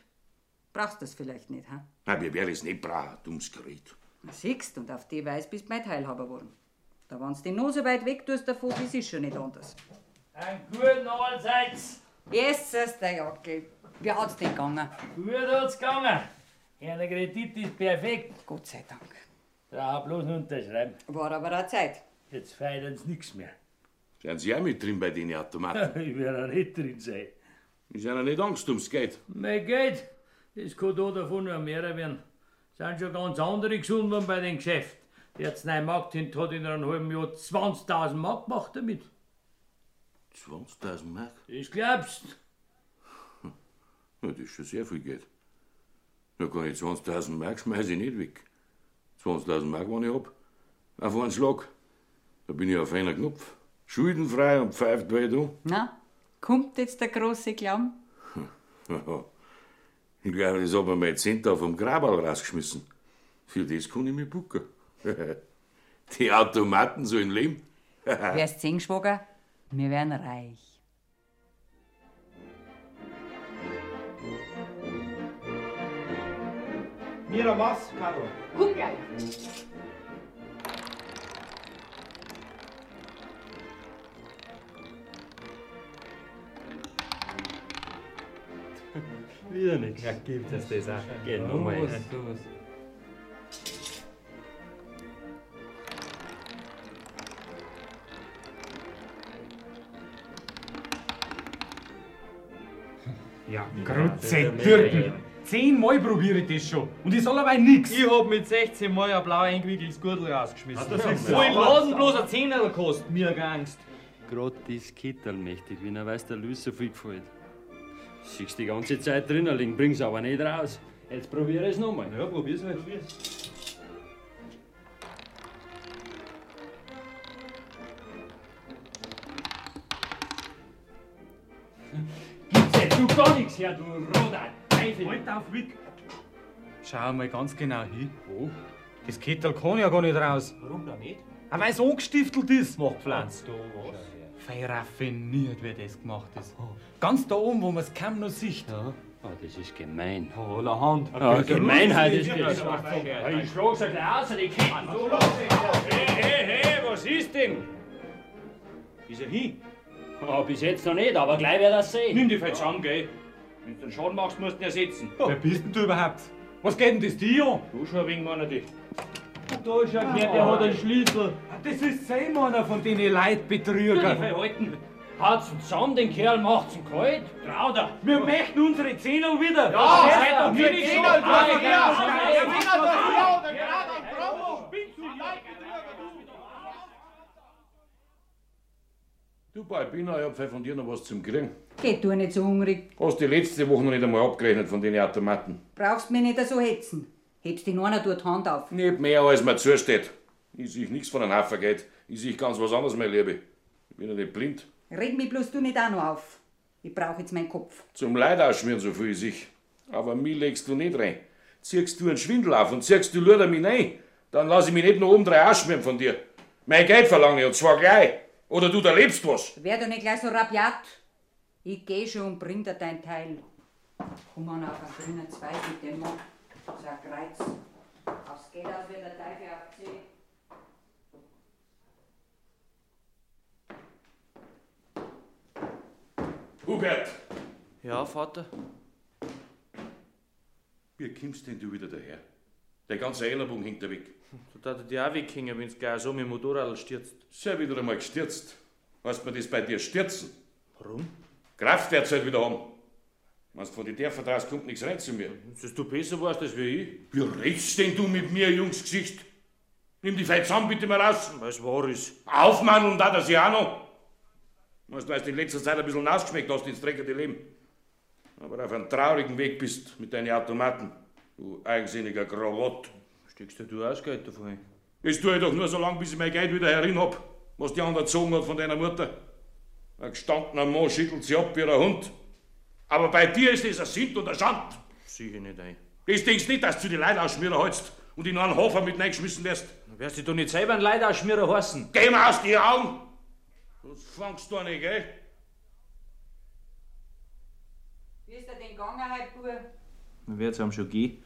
Brauchst das vielleicht nicht, ha?
Na, wir wären es nicht brauchen, dummes Gerät.
Na, Siehst und auf die Weise bist du mein Teilhaber geworden. Da wenn's die Nase weit weg tust davon, das ist schon nicht anders.
Einen guten Allseits.
Jesus, der Jackel. Wie hat's denn gegangen?
Gut hat's gegangen. Herr Kredit ist perfekt.
Gott sei Dank.
Brauch bloß nur unterschreiben.
War aber auch Zeit.
Jetzt feiern sie nichts mehr.
Sind Sie auch mit drin bei den Automaten?
ich werde auch nicht drin sein.
Ist einer nicht Angst ums Geld?
Mein Geld, das kann da davon noch mehr werden. Sind schon ganz andere gesund worden bei dem Geschäft. Der jetzt neue Markt hin hat in einem halben Jahr 20.000 Mark gemacht damit.
20.000 Mark?
Ich glaubst.
Ja, das ist schon sehr viel Geld. Da kann ich 20.000 Mark schmeiße ich nicht weg. 20.000 Mark, wenn ich hab. Auf einen Schlag. Da bin ich auf einer Knopf. Schuldenfrei und pfeift weit um.
Na, kommt jetzt der große Klamm?
Ich glaube, das hat mir mein Zehnter vom Grabal rausgeschmissen. Für das kann ich mich bucken. Die Automaten sollen leben.
Wärst zehn Schwager? Wir wären reich.
Mira was, Carlo?
Komm gleich.
Wieder nichts. Ja,
gibt es das auch.
Genau.
Genau.
Sowas, sowas.
Ja,
Ja,
Grütze,
das ist ja mega,
Türken. Zehnmal probiere ich das schon. Und ich soll aber nix.
Ich hab mit 16 Mal ein blau eingewickeltes Gürtel rausgeschmissen.
Hat das jetzt
Wo im
gesagt?
Laden bloß ein Zehnerl kostet, mir keine Angst.
Gerade das Kittel mächtig, wenn er weiß, der Luis so viel gefällt. Siehst die ganze Zeit drinnen liegen, bring's aber nicht raus. Jetzt probiere es nochmal. Ja, probier's halt.
Du gar nichts her, du roter Teufel. Halt auf, Wick. Schau mal ganz genau hin. Wo? Das Kittel kann ja gar nicht raus.
Warum da nicht?
Ah, weil's angestiftelt ist. Mach Pflanz.
Da was?
Fein raffiniert, wie das gemacht ist. Ganz da oben, wo man's kaum noch sieht. Ja. das ist gemein. Oh, la Hand.
Ah, Gemeinheit ist
das.
das.
Ich schlag's euch gleich aus, die Ketten.
Hey, hey, hey, was ist denn? Ist er hin? Ah, bis jetzt noch nicht, aber gleich wird er sehen. Nimm die falsch an, gell? Wenn du den Schaden machst, musst du ihn ersetzen.
Wer bist denn du überhaupt? Was geht denn das dir an?
Du schon wegen meiner dich.
Da ist ein
Kerl, der hat einen
Schlüssel. Das ist sein einer von denen
Du
Leitbetrüger.
nicht verhalten. Haut's ihn zusammen, den Kerl macht's ihn kalt. Trauder.
Wir möchten unsere Zehnerl wieder.
Ja,
Verstehst
seid
du?
doch
Unsere
nicht so
Zehnerl dürfen
arg.
wir
Ja,
auch schon.
ja,
Unsere
ja, ja,
Zehnerl dürfen
ja,
wir auch.
ja,
Gerade am Bravo.
Du, bei Bina, ich hab vielleicht von dir noch was zum Kriegen.
Geh du nicht so hungrig.
Hast die letzte Woche noch nicht einmal abgerechnet von den Automaten.
Brauchst mich nicht so hetzen. Hebst den einer dort die Hand auf.
Nicht mehr, als mir zusteht. Ich sehe nichts von einem Haufen Geld. Ich sehe ganz was anderes, mein Liebe. Ich bin ja nicht blind.
Reg mich bloß du nicht auch noch auf. Ich brauch jetzt meinen Kopf.
Zum Leid ausschmieren so viel sich. Aber mir legst du nicht rein. Ziehst du einen Schwindel auf und ziehst du Luder mich rein, dann lass ich mich nicht noch oben drei ausschmieren von dir. Mein Geld verlange ich und zwar gleich. Oder du da lebst was.
Wär doch nicht gleich so rabiat. Ich geh schon und bring dir dein Teil. Komm an auf einen grünen Zweig mit dem Mann. So ein Kreuz. Aufs geht aus, wenn der Teufel abzieht.
Hubert!
Ja, Vater?
Wie kommst denn du wieder daher? Der ganze Ellenbogen hängt da weg.
Du darfst dich auch weghängen, wenn's gleich so mit dem Motorrad stürzt.
Sei wieder einmal gestürzt. Hast mir das bei dir stürzen? Warum? Kraftwerk
halt
soll wieder haben. Meinst du, von den Dörfern draus kommt nichts rein zu mir? Dass du besser warst als wir ich? Wie redst denn du mit mir, Jungsgesicht?
Nimm die Feld zusammen bitte mal raus. Was war ist? Auf, Mann, und da das ja noch. Weißt du, hast in letzter Zeit ein bisschen ausgeschmeckt hast ins dreckige Leben. Aber auf einem traurigen Weg bist mit deinen Automaten. Du eigensinniger Krawott. Steckst du du aus Geld davon? Das tue ich doch nur so lange, bis ich mein Geld wieder herin hab, was die anderen gezogen hat von deiner Mutter. Ein gestandener Mann schüttelt sie ab wie ein Hund. Aber bei dir ist das ein Sint und ein Schand.
Sicher nicht ein.
Das denkst nicht, dass du die Leute ausschmieren holst und in einen Hofer mit reingeschmissen wirst.
Dann wirst du doch nicht selber einen Leid ausschmieren heißen.
Geh mir aus die Augen! Sonst fangst du an,
eh,
gell?
Wie ist er denn gegangen heute, Bub?
Dann wird's einem schon gehen.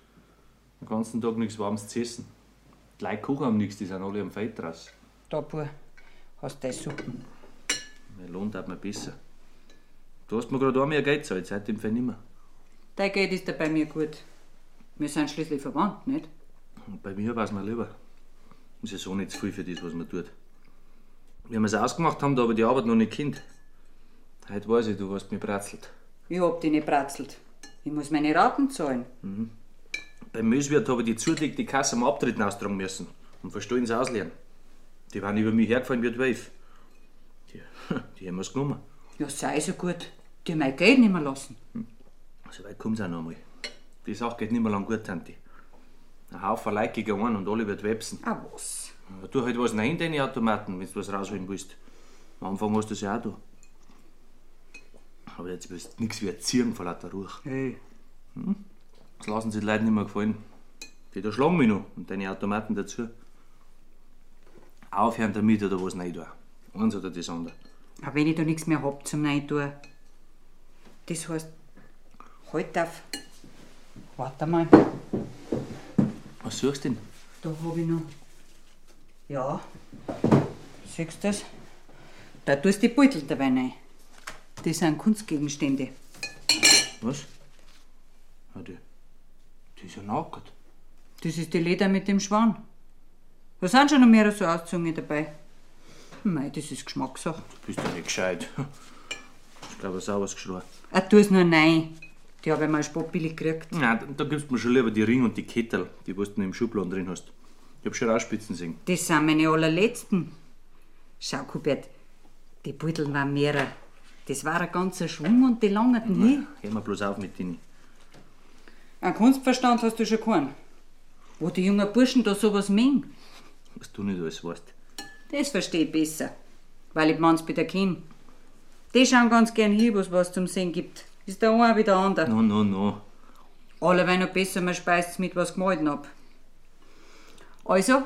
Den ganzen Tag nichts Warmes zu essen. Die Leute kochen am nichts, die sind alle am Feld draus.
Da, Bub, hast du Suppen.
Mein Lohn hat mir besser. Du hast mir gerade einmal Geld gezahlt, seitdem für nimmer.
Dein Geld ist da bei mir gut. Wir sind schließlich verwandt, nicht?
Und bei mir war es mir lieber. Ist ja so nicht zu viel für das, was man tut. Wie wir es ausgemacht haben, da habe ich die Arbeit noch nicht kennt. Heute weiß ich, du hast mich bratzelt.
Ich hab dich nicht bratzelt. Ich muss meine Raten zahlen.
Mhm. Beim Milchwirt habe ich die zugelegte Kasse am Abtreten austragen müssen und verstehen sie ausleeren. Die waren über mich hergefallen wie die Wölfe. Die, die haben wir genommen.
Ja, sei so gut. Die mein Geld nicht mehr lassen.
So Also, weit kommt es auch noch einmal. Die Sache geht nicht mehr lang gut, Tante. Ein Haufen Leute gegen einen und alle wird websen.
Ah, was?
Ja, tu halt was rein in deine Automaten, wenn du was rausholen willst. Am Anfang hast du es ja auch da. Aber jetzt willst du nichts wie ein Zirn von lauter Ruhe.
Hey.
Hm? Das lassen sich die Leute nicht mehr gefallen. Die da schlagen mich noch und deine Automaten dazu. Aufhören damit oder was rein tun. Eins oder das andere.
Aber wenn ich da nichts mehr hab zum Reintun. Das heißt, halt heute darf. Warte mal.
Was suchst du denn?
Da hab ich noch. Ja. Siehst du das? Da tust du die Beutel dabei rein. Das sind Kunstgegenstände.
Was? Ja, die, die ist ja nackert.
Das ist die Leder mit dem Schwan. Da sind schon noch mehrere so Auszungen dabei. Mei, das ist Geschmackssache.
Du bist ja nicht gescheit. Ich glaube, es auch was geschrien.
Ah, tu es nur nein. Die habe ich mal spottbillig gekriegt.
Nein, da, da gibst du mir schon lieber die Ring und die Kettel, die was du noch im Schubladen drin hast. Ich hab schon rausspitzen sehen.
Das sind meine allerletzten. Schau, Hubert, die Beutel waren mehrere. Das war ein ganzer Schwung und die langerten nie.
Hör mal bloß auf mit denen.
Ein Kunstverstand hast du schon keinen. Wo die jungen Burschen da sowas mengen,
Was du nicht alles weißt.
das versteh ich besser. Weil ich man's bitte kenn. Die schauen ganz gern hin, was was zum Sehen gibt. Ist der eine wie der andere.
No, no, no.
Allerweil noch besser, man speist mit was gemalten ab. Also,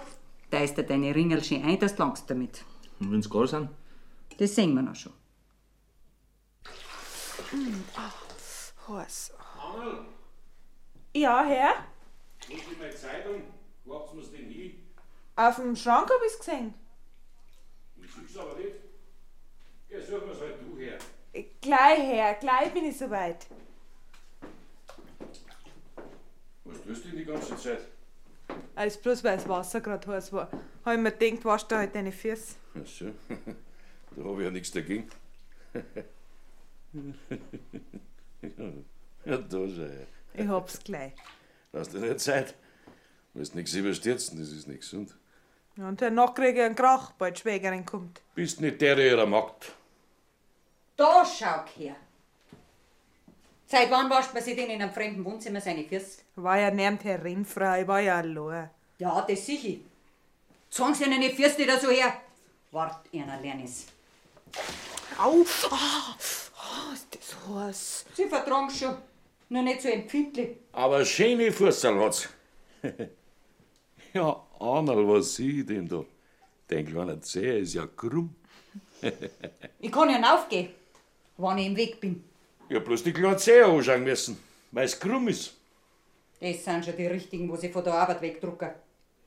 da ist dir deine Ringel schön ein, das langst damit.
Und wenn's gar sind?
Das sehen wir noch schon. Oh, also.
Horst.
Angel,
Ja, Herr?
wo ist denn meine Zeitung? Wo habt mir's denn hin?
Auf dem Schrank hab ich's gesehen.
Ich sieh's aber nicht. Ja, suchen wir's halt du her.
Gleich, Herr, gleich bin ich soweit.
Was tust du denn die ganze Zeit?
Als Ah, bloß weil das Wasser gerade heiß war, hab ich mir gedacht, wasch da halt deine Füße.
Ach so. Da habe ich ja nichts dagegen. ja, da sei.
Ich hab's gleich.
Lass dir nicht Zeit. Du willst nichts überstürzen, das ist nicht gesund.
Ja, Und danach krieg ich einen Krach, bald die Schwägerin kommt.
Bist nicht der, der ihr macht.
Da schau her. Seit wann wascht man sich denn in einem fremden Wohnzimmer seine Füße?
War ja nirgend Herrinfrau, ich war ja allein.
Ja, das sicher. ich. Zeigen Sie ihnen die Füße nicht so her. Wart, einer Lernis.
Au! Ah, ah, ist das heiß.
Sie vertragen schon. Nur nicht so empfindlich.
Aber schöne Fußsal hat's. ja, Arnold, was sieh ich denn da? Dein kleiner Zeh ist ja krumm.
Ich kann ja aufgehen, wann ich im Weg bin.
Ich hab bloß die kleinen Zehe anschauen müssen, weil's krumm ist.
Das sind schon die richtigen, wo sie von der Arbeit wegdrucken.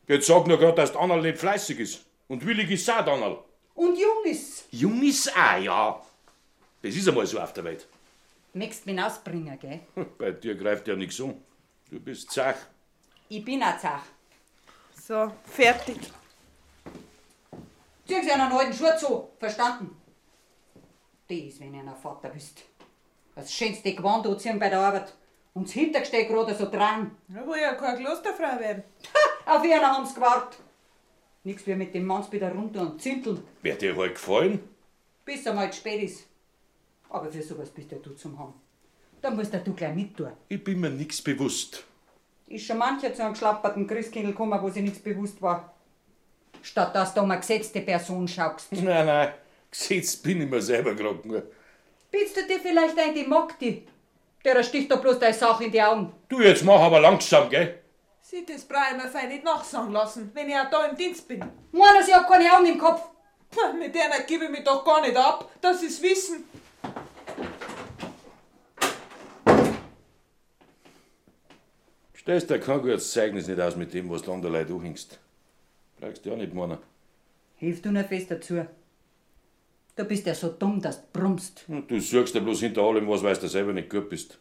Jetzt sag nur grad, dass die Annal nicht fleißig ist. Und willig ist auch die Annal.
Und jung ist.
Jung ist auch, ja. Das ist einmal so auf der Welt.
Möchtest mich ausbringen, gell?
Bei dir greift ja nichts um. Du bist zach.
Ich bin auch zach.
So, fertig.
Zieh Sie einen alten Schuh zu, verstanden? Das, wenn ihr ein Vater bist. Das schönste Gewand anziehen bei der Arbeit. Und das Hintergestell gerade so dran.
Ich will ja keine Klosterfrau werden.
Auf ihn haben sie gewartet. Nix wie mit dem Manns wieder runter und zinteln,
Wer dir halt gefallen?
bis er mal zu spät ist. Aber für sowas bist ja du zum Haben. Da musst ja du gleich mit tun.
Ich bin mir nichts bewusst.
Ist schon mancher zu einem geschlapperten Christkindl gekommen, wo sie nichts bewusst war. Statt dass du um eine gesetzte Person schaust.
Nein, nein, gesetzt bin ich mir selber gerade.
Bist du dir vielleicht ein, die mag die? Der sticht doch bloß deine Sache in die Augen.
Du, jetzt mach aber langsam, gell?
Sie das brauche ich mir fein nicht nachsagen lassen, wenn ich auch da im Dienst bin.
Meiner, sie hat keine Augen im Kopf.
Mit der gebe ich mich doch gar nicht ab, dass sie's wissen.
Stellst dir kein gutes Zeugnis nicht aus mit dem, was du anderen Leuten anhängst. Brauchst du ja nicht, meiner.
Hilf du nur fest dazu. Du bist ja so dumm, dass du brummst.
Und du suchst dir bloß hinter allem was, weil du selber nicht gut bist.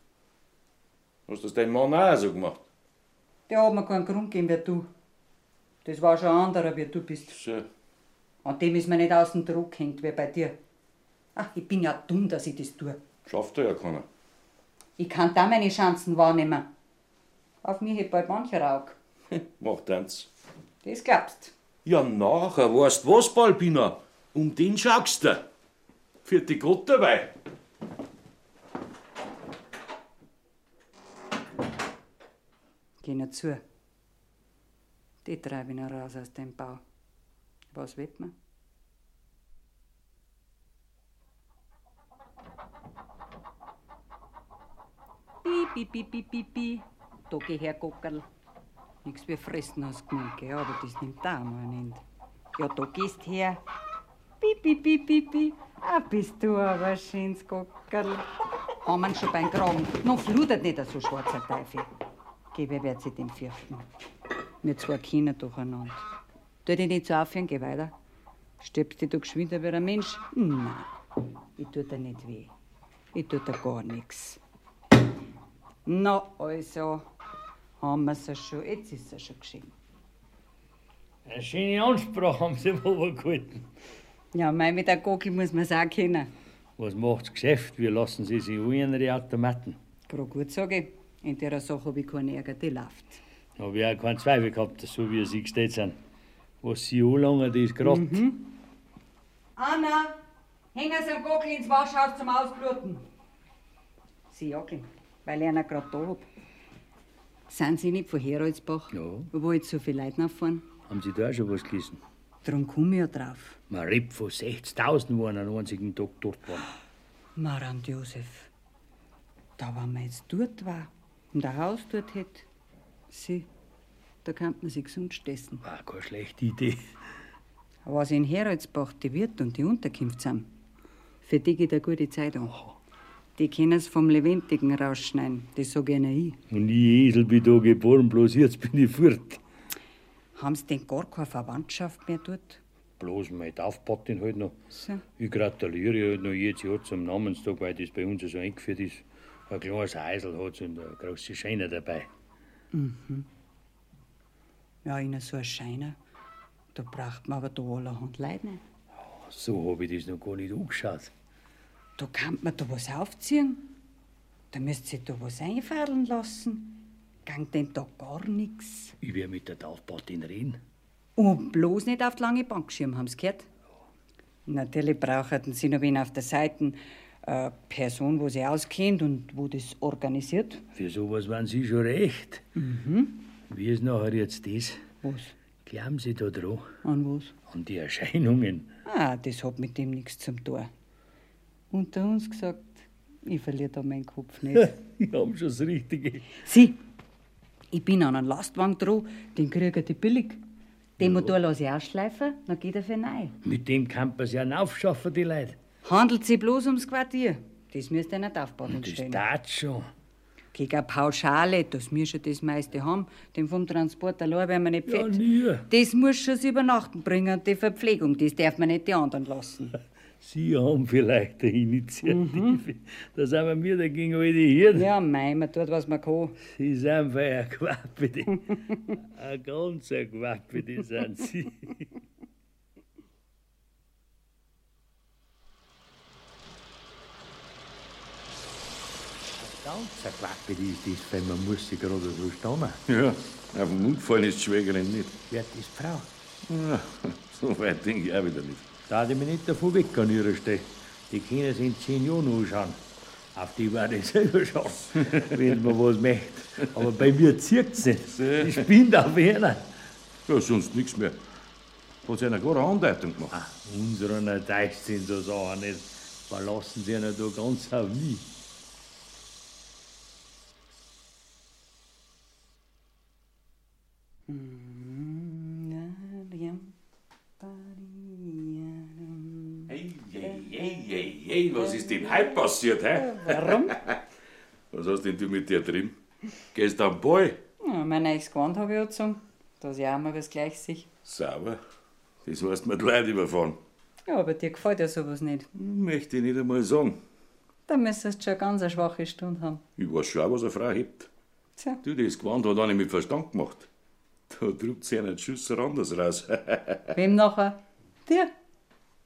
Hast das dein Mann auch so gemacht?
Der hat mir keinen Grund gegeben, wie du. Das war schon ein anderer, wie du bist.
So.
Und dem ist mir nicht aus dem Druck hängt, wie bei dir. Ach, ich bin ja dumm, dass ich das tue.
Schafft er ja keiner.
Ich kann da meine Chancen wahrnehmen. Auf mich hebt bald mancher Auge.
Hm, Macht eins.
Das glaubst.
Ja, nachher weißt du was, Balbiner? Um den schaust du. Für die Gott dabei.
Geh nicht zu. Die treibe ich noch raus aus dem Bau. Was wird man? Piep, piep, piep, piep, piep, piep. Da geh her, Gockerl. Nix wie fressen hast gemeint, gell? aber das nimmt da mal ein Ende. Ja, da gehst her. Piep, piep, piep, piep, piep. Ah, bist du aber ein schönes Gockerl. Haben wir ihn schon beim Kragen. Noch fludert nicht so schwarzer Teufel. Geh, wer wird sich dem fürchten? Wir zwei Kinder durcheinander. Tu dich nicht so aufhören, geh weiter. Stirbst dich du geschwinder wie ein Mensch? Nein, ich tu dir nicht weh. Ich tu dir gar nichts. Na, also, haben wir's ja schon. Jetzt ist es schon geschehen.
Eine schöne Ansprache haben sie wohl gehalten.
Ja, mein, mit der Gockel muss man's auch kennen.
Was macht's Geschäft? Wir lassen sie sich in ihre Automaten.
Gerade gut sage ich, in der Sache hab ich keinen Ärger, die läuft.
Da hab ich auch keinen Zweifel gehabt, so wie sie gestellt sind. Was sie anlangen, das ist gerade.
Anna, hängen Sie am Gockel ins Waschhaus zum Ausbluten. Sie jageln, weil ich einer gerade da hab. Sind Sie nicht von Heroldsbach? Ja. Wo jetzt so viele Leute nachfahren?
Haben Sie da auch schon was gelesen?
Drum komme ich ja drauf.
Man redet von 60.000, waren an einem einzigen Tag dort waren.
Marant Josef. Da, wenn man jetzt dort war und ein Haus dort hätte, sie, da könnte man sich gesund stessen.
War keine schlechte Idee.
Was in Heroldsbach die Wirt und die Unterkunft sind, für die geht eine gute Zeit an. Die können es vom Lebendigen rausschneiden, das sag ich ihnen eh.
Und ich Esel bin da geboren, bloß jetzt bin ich fort.
ich. Haben sie denn gar keine Verwandtschaft mehr dort?
Bloß meine Taufpatin halt noch.
So.
Ich gratuliere halt noch jedes Jahr zum Namenstag, weil das bei uns so eingeführt ist. Ein kleines Eisel hat und eine große Scheine dabei.
Mhm. Ja, in so ein Scheiner, da braucht man aber da allerhand Leute nicht.
So habe ich das noch gar nicht angeschaut.
Da kann man da was aufziehen. Da müsst ihr da was einfallen lassen. Gang denn da gar nichts.
Ich werde mit der Taufpatin reden.
Und bloß nicht auf die lange Bank schirmen, haben sie gehört? Natürlich brauchten sie noch wen auf der Seite. Eine Person, wo sie auskennt und wo das organisiert.
Für sowas waren Sie schon recht.
Mhm.
Wie ist nachher jetzt das?
Was?
Glauben Sie da dran?
An was?
An die Erscheinungen.
Ah, das hat mit dem nichts zum tun. Unter uns gesagt, ich verliere da meinen Kopf nicht.
Die haben schon das Richtige.
Sie, ich bin an einem Lastwagen dran, den kriege ich billig. Den Motor lasse ich ausschleifen, dann geht er für nein.
Mit dem kann man es ja aufschaffen, die Leute.
Handelt sich bloß ums Quartier. Das müsst ihr nicht aufbauen stellen.
Das tat schon.
Gegen eine Pauschale, dass wir schon das meiste haben, dem vom Transport allein werden wir nicht
Ja,
fett.
nie.
das muss schon das Übernachten bringen und die Verpflegung, das darf man nicht die anderen lassen.
Sie haben vielleicht eine Initiative. Da sind wir mir dagegen alle hier.
Ja, mei, man tut, was man kann.
Sie sind fein Quappete. ein ganzer Quappete sind Sie. Ganzer Quappete ist das, weil man muss sie gerade so stammen.
Ja, auf den Mund fallen ist die Schwägerin nicht.
Wird das Frau?
Ja, so weit denke ich auch wieder nicht.
Da die mich nicht davon weg an ihrer Stelle. Die können es in zehn Jahren anschauen. Auf die werde ich selber schauen, wenn man was möchte. Aber bei mir zieht es nicht. Ich bin da einer.
Ja, sonst nichts mehr. Hat sie einer gerade eine Andeutung gemacht?
Unserer Deutsch Ah, sind so Sachen nicht. Verlassen sie einen da ganz auf mich.
Mm,
Hey, was ist denn heute passiert, hä?
Warum?
Was hast denn du mit dir drin? Gehst am Ball?
Ja, mein neues Gewand habe ich angezogen. Da ist ja auch mal was gleich sich.
Sauber. Das heißt, mir die Leute überfahren.
Ja, aber dir gefällt ja sowas nicht.
Möchte ich nicht einmal sagen.
Da müsstest du schon ganz eine schwache Stunde haben.
Ich weiß schon, auch, was eine Frau hebt.
Tja.
Du, das Gewand hat auch nicht mit Verstand gemacht. Da drückt sie einen Schuss anders raus. Wer
Wem nachher? Dir?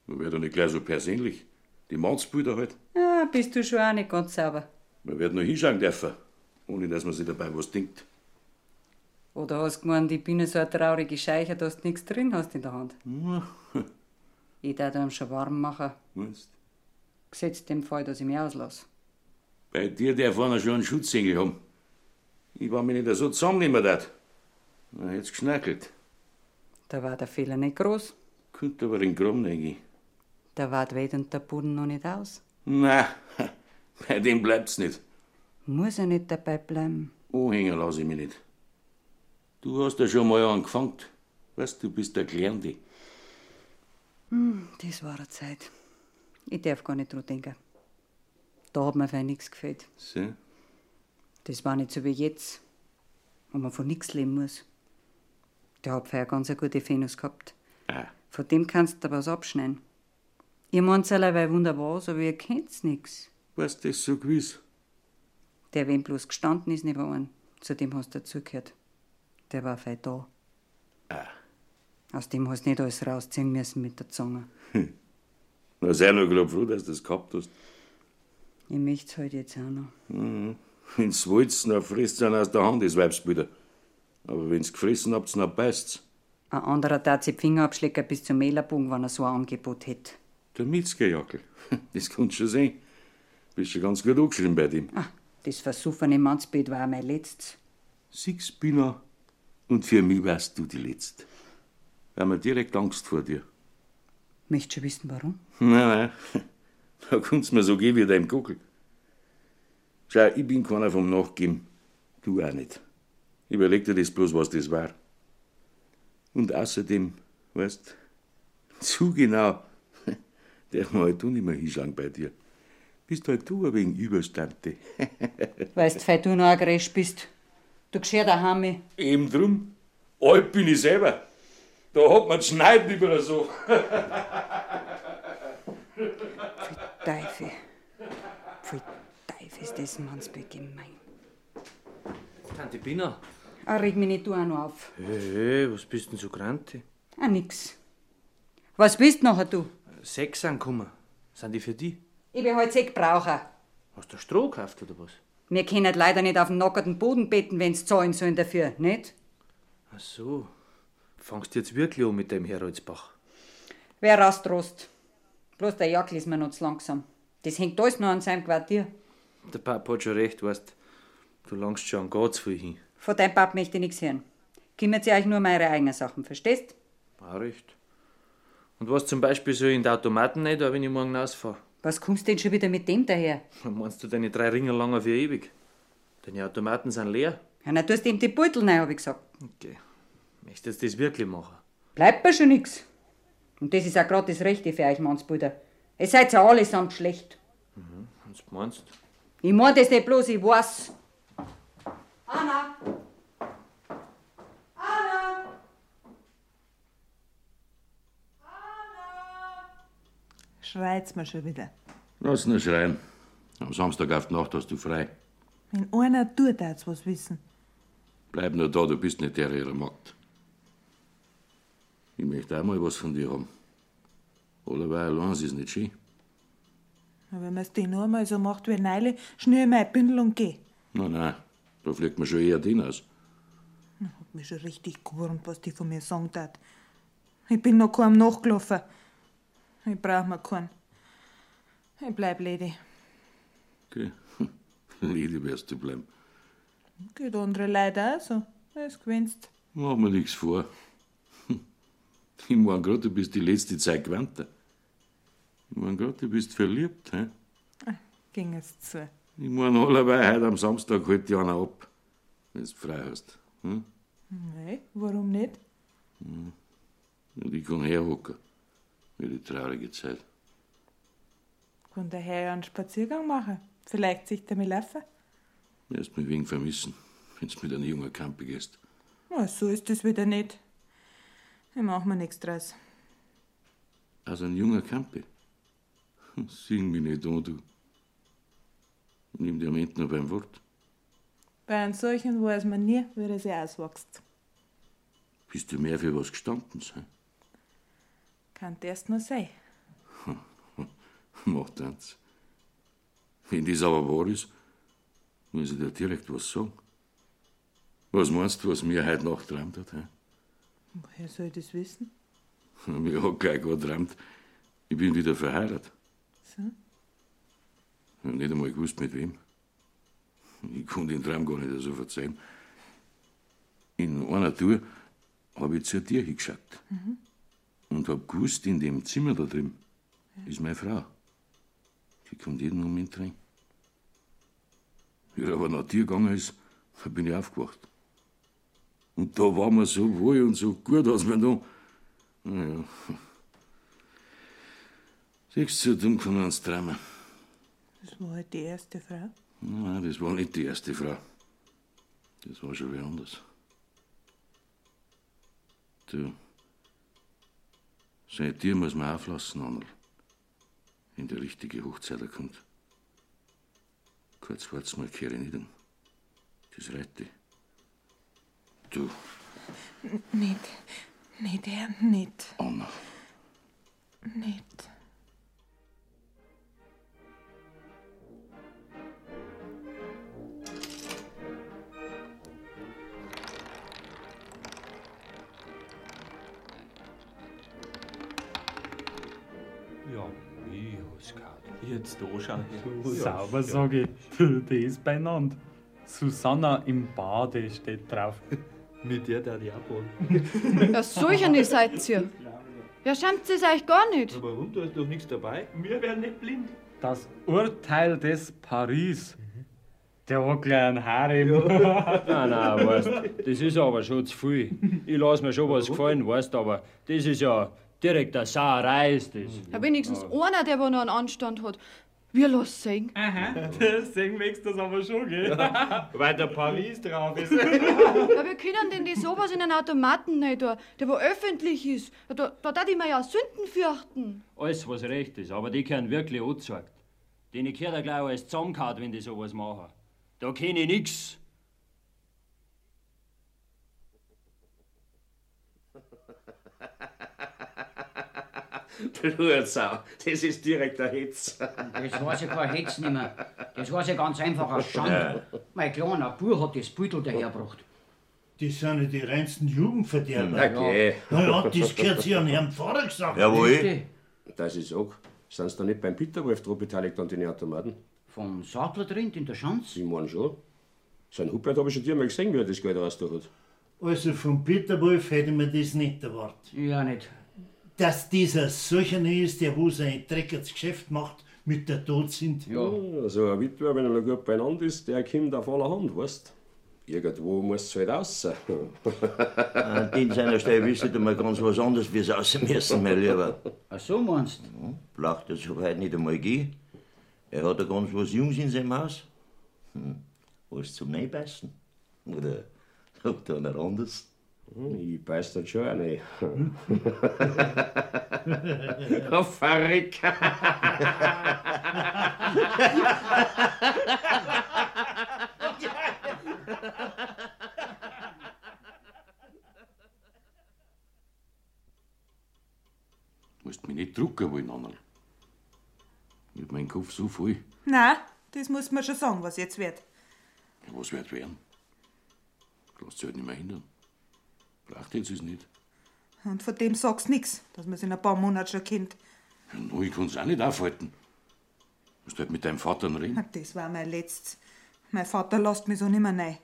doch nicht gleich so persönlich. Die Mannsbilder halt.
Ja, bist du schon auch nicht ganz sauber.
Man wird noch hinschauen dürfen, ohne dass man sich dabei was denkt.
Oder hast du gemeint, ich bin so eine traurige Scheiche, dass du nichts drin hast in der Hand?
Hm.
Ich darf ihm schon warm machen.
Meinst?
Gesetzt dem Fall, dass ich mich auslasse.
Bei dir darf einer schon einen Schutzengel haben. Ich war mir nicht so zusammennehmen dort. Na, jetzt geschnackelt.
Da war der Fehler nicht groß.
Könnte aber in Gramm reingehen.
Da war die Welt und der Boden noch nicht aus.
Na, bei dem bleibt's nicht.
Muss ja nicht dabei bleiben.
Anhänger lasse Oh, ich mich nicht. Du hast ja schon mal angefangen. Weißt du, bist der Klärende.
Hm, das war eine Zeit. Ich darf gar nicht dran denken. Da hat mir für nichts gefällt.
Sieh?
Das war nicht so wie jetzt, wo man von nichts leben muss. Der hat vorher ganz eine gute Venus gehabt. Von dem kannst du aber was abschneiden. Ihr meint es allerweil wunderbar, aus, aber ihr kennt's nix.
Weißt du, das so gewiss.
Der, wem bloß gestanden ist, nicht war ein. Zu dem hast du dazugehört. Der war fei da. Aus dem hast du nicht alles rausziehen müssen mit der Zunge.
Na, sei nur grad froh, dass du das gehabt hast.
Ich möcht's halt jetzt auch noch.
Mhm. Wenn's wollt's, dann frisst einen aus der Hand, das Weibsbilder. Aber wenn's gefressen habt, dann beißt's.
Ein anderer tat sich die Finger abschlecken bis zum Mählerbogen, wenn er so ein Angebot hätte.
Der Mitzgejackel. Das kannst du schon sehen. Bist schon ganz gut angeschrieben bei dem.
Das versuffene Mannsbild war auch mein letztes.
Six Spinner. Und für mich warst du die Letzte. Wir haben direkt Angst vor dir.
Möchtest schon wissen, warum?
Nein, nein. Da kannst mir so gehen wie deinem Kuckel. Schau, ich bin keiner vom Nachgeben. Du auch nicht. Überleg dir das bloß, was das war. Und außerdem, weißt zu genau darf man halt auch nicht mehr hinschauen bei dir. Bist halt du ein wegen Überstandte.
Weißt, weil du noch ein Gresch bist. Du gescherter Hami.
Eben drum. Alt bin ich selber. Da hat man Schneiden über so.
Teufel. Pfui Teufel ist das Mannsbild gemein.
Tante Bina.
Ah, reg mich nicht du auch noch auf.
Hey, was bist denn so grante?
Ah, nix. Was bist nachher du?
Sechs angekommen. Sind die für die?
Ich bin heute Sekt brauchen.
Hast du Stroh gekauft oder was?
Wir können leider nicht auf dem nackerten Boden beten, wenn's zahlen sollen dafür, nicht?
Ach so. Fangst jetzt wirklich an mit dem Heroldsbach?
Wer rastrost. Bloß der Jackel ist mir noch zu langsam. Das hängt alles noch an seinem Quartier.
Der Papa hat schon recht, weißt du. langst schon an ganz viel hin.
Von deinem Pap möchte ich nichts hören. Kümmert ihr euch nur um eure eigenen Sachen, verstehst?
Auch recht. Und was zum Beispiel so in den Automaten nicht, da wenn ich morgen ausfahre?
Was kommst denn schon wieder mit dem daher?
Meinst du deine drei Ringer langer für ewig? Deine Automaten sind leer.
Ja, na, tust ihm die Beutel rein, hab ich gesagt.
Okay. Möchtest du das wirklich machen?
Bleibt mir schon nix. Und das ist auch grad das Rechte für euch, Mannsbrüder. Ihr seid ja allesamt schlecht.
Mhm. Was meinst du?
Ich mein das nicht bloß, ich weiß. Anna!
Schreit's mir schon wieder.
Lass nur schreien. Am Samstag auf die Nacht hast du frei.
Wenn einer tut, hat's was wissen.
Bleib nur da, du bist nicht der ihrer Magd. Ich möchte auch mal was von dir haben. Allerweil allein ist nicht schön.
Aber wenn man's den nur mal so macht wie Neile, schnür ich mein Bündel und geh.
Nein, nein, da fliegt man schon eher den aus.
Hab mich schon richtig gewurmt, was die von mir sagen tat.
Ich bin noch kaum nachgelaufen. Ich brauch mir keinen. Ich bleib ledig.
Okay. Lady wirst du bleiben.
Geht andere Leute auch so. Das gewinnst.
Mach mir nichts vor. Hm. Ich mein grad, du bist die letzte Zeit gewandter. Ich mein grad, du bist verliebt, hä?
Ah, Ging es zu.
Ich mein allerweil, heute am Samstag holt die einer ab. Wenn du frei hast. Hm?
Nein, warum nicht?
Hm. Und ich kann herhocken. Für die traurige Zeit.
Kann der Herr einen Spaziergang machen? Vielleicht sich damit laufen?
Wirst mich wegen vermissen, wenn du mit einem jungen Campi gehst.
Na, Ah, so ist es wieder nicht. Ich mach mir nichts draus.
Also ein junger Campi. Sing mich nicht an, du. Nimm dir am Ende noch beim Wort.
Bei einem solchen weiß man nie, wie er sich auswächst.
Bist du mehr für was gestanden sein?
Kann erst noch sein.
Macht eins. Wenn das aber wahr ist, muss ich dir direkt was sagen. Was meinst du, was mir heute Nacht träumt hat? He?
Woher soll ich das wissen?
Mir hat gleich geträumt, ich bin wieder verheiratet.
So?
Ich hab nicht einmal gewusst, mit wem. Ich konnte den Traum gar nicht so verzeihen. In einer Tour habe ich zu dir hingeschaut
Mhm.
und habe gewusst, in dem Zimmer da drüben ist meine Frau. Die kommt jeden Moment rein. Wie er aber nach dir gegangen ist, da bin ich aufgewacht. Und da war mir so wohl und so gut, als man da. Naja. Siehst du, so dumm kann man uns träumen.
Das war halt die erste Frau.
Nein, das war nicht die erste Frau. Das war schon wer anders. Du, seit dir muss man auflassen, Annel. Wenn die richtige Hochzeit kommt. Kurz schwarz mal kehre ich nicht um. Das rette. Du,
N nicht. Nicht, Herr, nicht.
Anna.
Nicht.
Ja, ich hab's gehabt. Jetzt da schon.
Sauber, sag ich. Für die ist beieinander. Susanna im Bade steht drauf. Mit der, der die abholt.
Ja, solche seid ihr. Ja, schämt es euch gar nicht.
Warum? Da ist doch nichts dabei.
Wir werden nicht blind.
Das Urteil des Paris. Der hat gleich einen Harem.
Nein, nein, weißt das ist aber schon zu viel. Ich lass mir schon was gefallen, weißt aber, das ist ja direkt eine Sauerei, ist das.
Ja, wenigstens einer, der wo noch einen Anstand hat. Wir lassen sehen.
Aha, deswegen wächst das aber schon, gell? Weil der Paris drauf ist.
Ja, wir können denn die sowas in einen Automaten nicht tun, der wo öffentlich ist. Ja, Da, da darf ich mir ja Sünden fürchten.
Alles, was recht ist, aber die können wirklich angezeigt. Denen gehört ja gleich alles zusammengehauen, wenn die sowas machen. Da kenne ich nix.
Blutsau, das ist direkt ein Hitz.
Das war ja kein Hetz nimmer. Das war ja ganz einfach eine Schande. Mein kleiner Bub hat das Beutel dahergebracht.
Die sind ja die reinsten Jugendverderber.
Na, geh.
Na ja, das gehört sich an Herrn Pfarrer gesagt.
Jawohl. Dass ich sag, sind sie da nicht beim Peterwolf dran beteiligt an den Automaten? Vom Sattler drin, in der Schanze? Ich mein schon. So einen Hubbert habe ich schon dir mal gesehen, wie er das Geld halt. rausgeholt hat.
Also vom Peter Wolf hätte man das nicht erwartet.
Ja, nicht.
Dass dieser solcher ist, der wo sein Dreck ins Geschäft macht, mit der Tod sind.
Also ein Witwer, wenn er noch gut beieinander ist, der kommt auf aller Hand, weißt Irgendwo muss es halt raus.
An den seiner Stelle wisst ihr mal ganz was anderes, wie es aussehen müssen, mein Lieber.
Ach so meinst
Mhm.
du?
Lacht er so weit nicht einmal gehen. Er hat ja ganz was Jungs in seinem Haus. Hm. Was zum Neibeißen? Oder sagt einer anders?
Ich beiß das schon eine. oh, verrückt!
musst mich nicht drucken wollen, Annel. Ich hab meinen Kopf so voll.
Nein, das muss man schon sagen, was jetzt wird.
Ja, was wird werden? Lass dich halt nicht mehr hindern. Braucht jetzt es nicht.
Und von dem sagst nix, dass man in ein paar Monaten schon kennt.
No, ich kann's auch nicht aufhalten. Musst halt mit deinem Vater reden.
Das war mein letztes. Mein Vater lässt mich so nimmer rein.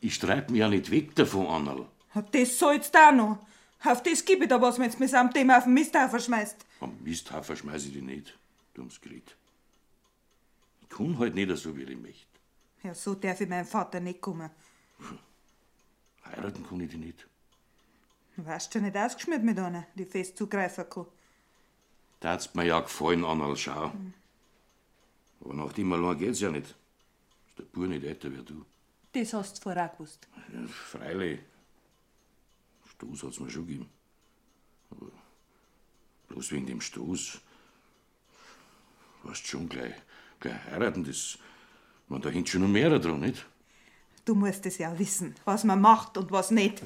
Ich streite mich ja nicht weg davon, Annerl.
Und das soll jetzt auch noch. Auf das gebe ich da was, wenn's mich samt dem auf den Misthaufen schmeißt.
Am Misthaufen schmeiß ich dich nicht, dummes Gret. Ich kann halt nicht so, wie ich möchte.
Ja, so darf ich meinem Vater nicht kommen.
Heiraten kann ich dich nicht.
Warst du nicht ausgeschmiert mit einer, die fest zugreifen kann?
Da hat's mir ja gefallen, Annerl, schau. Aber nach dem allein geht's ja nicht. Ist der Bub nicht älter wie du.
Das hast du vorher auch gewusst.
Ja, freilich. Stoß hat's mir schon gegeben. Aber bloß wegen dem Stoß. Weißt schon, gleich, gleich heiraten, das. Man, da hängt schon noch mehr dran, nicht?
Du musst es ja wissen, was man macht und was nicht.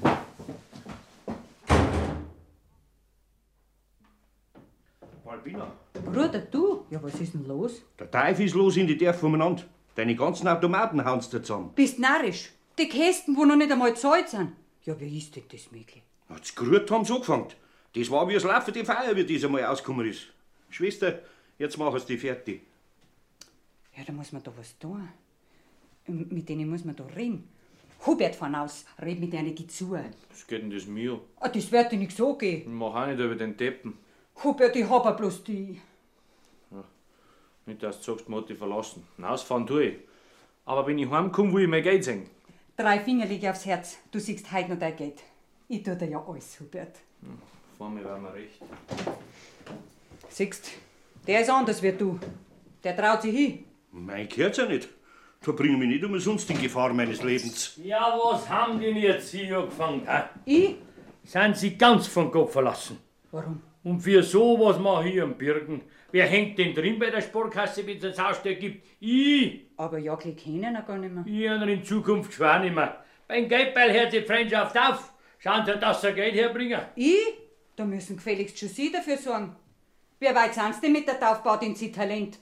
Balbina.
Bruder, du? Ja, was ist denn los?
Der Teufel ist los in die Dörfer umeinander. Deine ganzen Automaten hauen dir zusammen.
Bist narrisch. Die Kästen, wo noch nicht einmal gezahlt sind. Ja, wie ist denn das möglich?
Das Gerührt haben's angefangen. Das war wie das Laufen die Feier, wie das einmal ausgekommen ist. Schwester, jetzt mach es die fertig.
Ja, da muss man da was tun. M- Mit denen muss man da reden. Hubert von aus, red mit denen, geh zu.
Was geht denn das mir?
Ah, das wird dir nichts angehen.
Ich mach auch nicht über den Deppen.
Hubert, ich hab ja bloß die.
Nicht, dass du sagst, Mutti verlassen. Ausfahren tue ich. eh. Aber wenn ich heimkomme, will ich mein Geld sehen.
Drei Finger liegen aufs Herz. Du siehst heute noch dein Geld. Ich tu dir ja alles, Hubert.
Hm, Vor mir war mir recht.
Siehst, der ist anders wie du. Der traut sich hin.
Mein gehört's ja nicht. Da bring mich nicht umsonst in Gefahr meines Lebens.
Ja, was haben die denn jetzt hier angefangen? He?
Ich?
Sind sie ganz vom Kopf verlassen?
Warum?
Und für sowas mach ich am Birken. Wer hängt denn drin bei der Sportkasse, wenn es einen Saustell gibt? Ich!
Aber ja, gleich kennen er gar nicht mehr.
Ich und in Zukunft schwer nicht mehr. Beim Geldbeil hört die Freundschaft auf. Schauen Sie, dass Sie Geld herbringen.
Ich? Da müssen gefälligst schon Sie dafür sorgen. Wer weit sind Sie denn mit der Taufbaut in Sie Talent?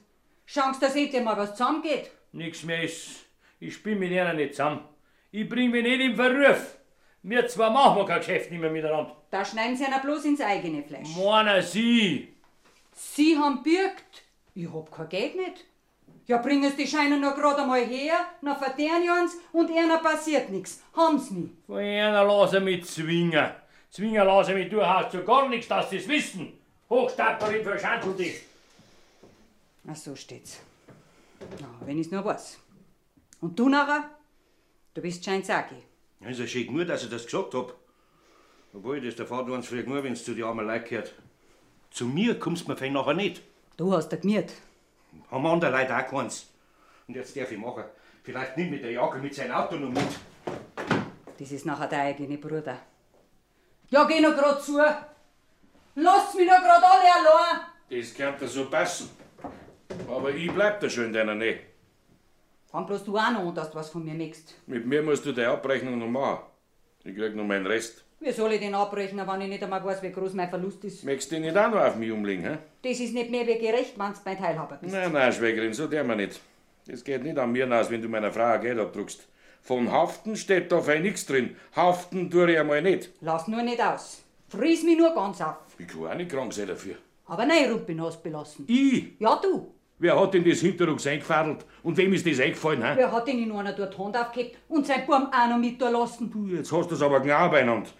Schauen Sie, dass endlich mal was zusammengeht.
Nix mehr ist. Ich bin mit ihnen nicht zusammen. Ich bring mich nicht in Verruf. Wir zwei machen wir kein Geschäft nicht mehr miteinander.
Da schneiden Sie einer bloß ins eigene Fleisch.
Meiner Sie!
Sie haben birgt. Ich hab kein Geld nicht. Ja, bringen Sie die Scheine nur gerade einmal her, dann verdienen Sie uns und einer passiert nichts. Haben's nie.
Von einer lasse mich zwingen. Zwingen lasse mich durchaus zu gar nichts, dass sie es wissen. Hochstaplerin verschandel dich.
Ach, so steht's. Na, wenn ich's nur weiß. Und du nachher? Du bist scheinbar Saki.
Ja, ist ja schön genug, dass ich das gesagt hab. Obwohl, das der Vater uns früher genug, wenn's zu den armen Leuten gehört. Zu mir kommst mir fein nachher nicht.
Du hast da gemiert.
Haben andere Leute auch keins. Und jetzt darf ich machen. Vielleicht nimmt mit der Jacke mit seinem Auto noch mit.
Das ist nachher der eigene Bruder. Ja, geh noch grad zu. Lass mich noch grad alle allein.
Das könnte so passen. Aber ich bleib da schön in deiner Nähe.
Fang bloß du auch noch an, dass du was von mir mixt.
Mit mir musst du deine Abrechnung noch machen. Ich krieg noch meinen Rest.
Wie soll ich den abrechnen, wenn ich nicht einmal weiß, wie groß mein Verlust ist?
Möchtest du nicht auch noch auf mich umlegen, hä?
Das ist nicht mehr wie gerecht, wenn's mein Teilhaber bist.
Nein, nein, Schwägerin, so der man nicht. Das geht nicht an mir aus, wenn du meiner Frau ein Geld abdruckst. Von Haften steht da fein nichts drin. Haften tue ich einmal nicht.
Lass nur nicht aus. Fries mich nur ganz auf.
Ich kann auch nicht krank sein dafür.
Aber nein, Rumpin hast belassen.
Ich?
Ja, du.
Wer hat denn das Hinterrucks eingefadelt? Und wem ist das eingefallen, hä?
Wer hat denn in einer dort die Hand aufgehebt und sein Buben auch noch mit da lassen?
Jetzt hast du es aber genau beieinander.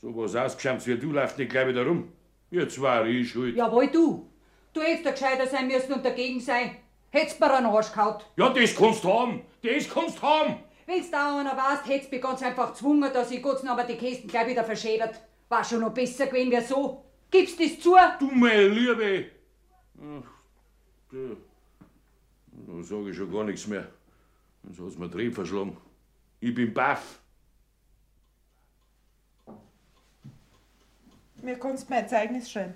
So was ausgeschämt wie du läuft nicht gleich wieder rum. Jetzt war ich schuld.
Jawohl, du. Du hättest ein gescheiter sein müssen und dagegen sein. Hättest mir einen Arsch gehaut.
Ja, das kannst du haben. Das kannst du haben.
Wenn's da einer warst, hättest mich ganz einfach gezwungen, dass ich Gott aber die Kästen gleich wieder verschädert. War schon noch besser gewesen wär so. Gibst das zu?
Du, meine Liebe. Ach, du. Da sag ich schon gar nichts mehr. Jetzt hat's mir Trieb verschlagen. Ich bin baff.
Mir kannst mein Zeugnis schreiben.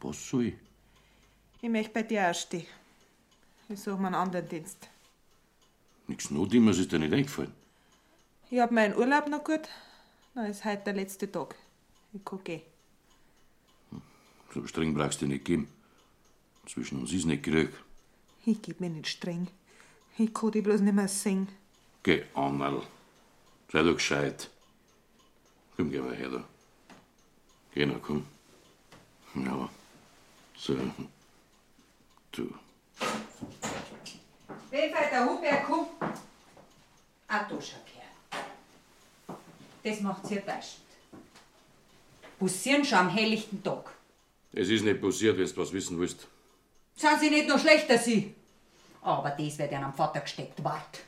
Was soll ich?
Ich möchte bei dir auch stehen. Ich suche mir einen anderen Dienst.
Nichts Notimmes ist dir nicht eingefallen.
Ich hab meinen Urlaub noch gut. Na, ist heute der letzte Tag. Ich kann gehen.
So streng brauchst du dir nicht geben. Zwischen uns ist nicht genug.
Ich geb mir nicht streng. Ich kann dich bloß nicht mehr sehen.
Geh, Annerl. Sei doch gescheit. Komm, geh mal her da. Genau, komm. Ja. So. Du.
Wefei, der Huber kommt. Ein Duscherkerl. Das macht sie täuschend. Bussieren schon am helllichten Tag.
Es ist nicht passiert, wenn du was wissen willst.
Sind sie nicht noch schlechter, sie? Aber das wird ihnen am Vater gesteckt, wart.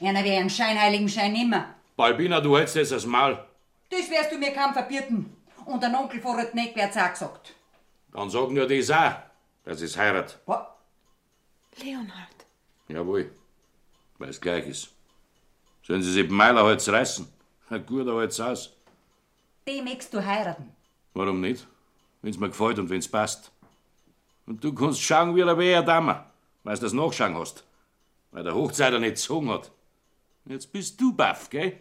Einer wäre einen scheineiligen Schein nimmer.
Balbina, du hältst jetzt das Mal.
Das wirst du mir kaum verbieten. Und ein Onkel vor der Knecht wird's auch gesagt.
Dann sag nur das auch, dass es heirat.
Leonhard,
Jawohl. Weil es gleich ist. Sollen sie sich beim Meilerholz reißen? Ein guter Holz aus.
Den möchtest du heiraten.
Warum nicht? Wenn's mir gefällt und wenn's passt. Und du kannst schauen wie ein weher Dammer, weil du das Nachschauen hast. Weil der Hochzeiter nicht gezogen hat. Jetzt bist du baff, gell?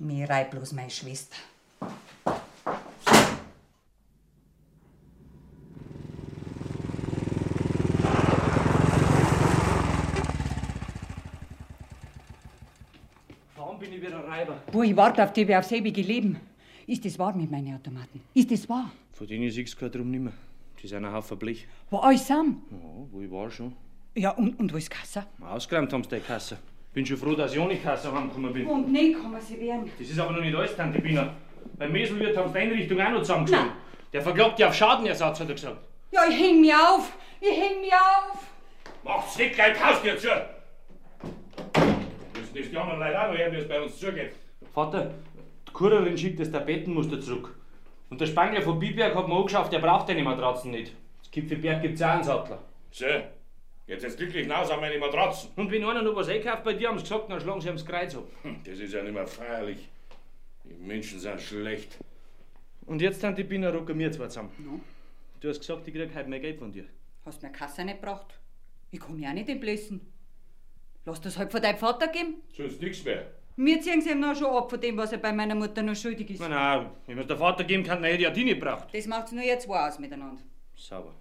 Mir rei bloß meine Schwester.
Warum bin ich wieder Reiber?
Wo ich warte auf dich wie aufs ewige Leben. Ist das wahr mit meinen Automaten? Ist das wahr?
Von denen siehst du keinen drum nimmer. Die sind ein Haufen Blech.
Wo euch sam?
Ja, wo ich war schon.
Ja, und, und wo ist Kassa?
Ausgeräumt haben sie die Kasse. Bin schon froh, dass ich ohne Kasse heimgekommen bin.
Und nie kann man sie wehren.
Das
ist aber noch nicht alles, Tante Bina.
Beim
Meselwirt haben sie die Einrichtung auch noch zusammengeschlagen. Der verklagt ja auf Schadenersatz, hat er gesagt.
Ja, ich häng mich auf! Ich häng mich auf!
Macht's nicht gleich die Haustür zu! Müssen das die anderen Leute auch noch hören, wie es bei uns zugeht.
Vater, die Kurerin schickt das Tapetenmuster zurück. Und der Spangler von Biberg hat mir angeschafft, der braucht deine Matratzen nicht. Das Kipfelberg gibt's auch einen Sattler.
So, jetzt ist glücklich hinaus an meine Matratzen.
Und wenn einer noch was einkauft bei dir, haben sie gesagt, dann schlagen sie ihm das Kreuz ab.
Hm, Das ist ja nicht mehr feierlich. Die Menschen sind schlecht.
Und jetzt sind die Bienen rucken wir zwei zusammen. Du hast gesagt, ich krieg heute mehr Geld von dir.
Hast mir Kassa nicht gebracht? Ich kann mich auch nicht entblößen. Lass das halt von deinem Vater geben.
Sonst nichts mehr.
Wir ziehen sie ihm noch schon ab von dem, was er bei meiner Mutter noch schuldig ist.
Nein, nein, wenn mir der Vater geben kann, dann hätte ich ja die nicht gebraucht.
Das macht's nur jetzt zwei aus miteinander.
Sauber.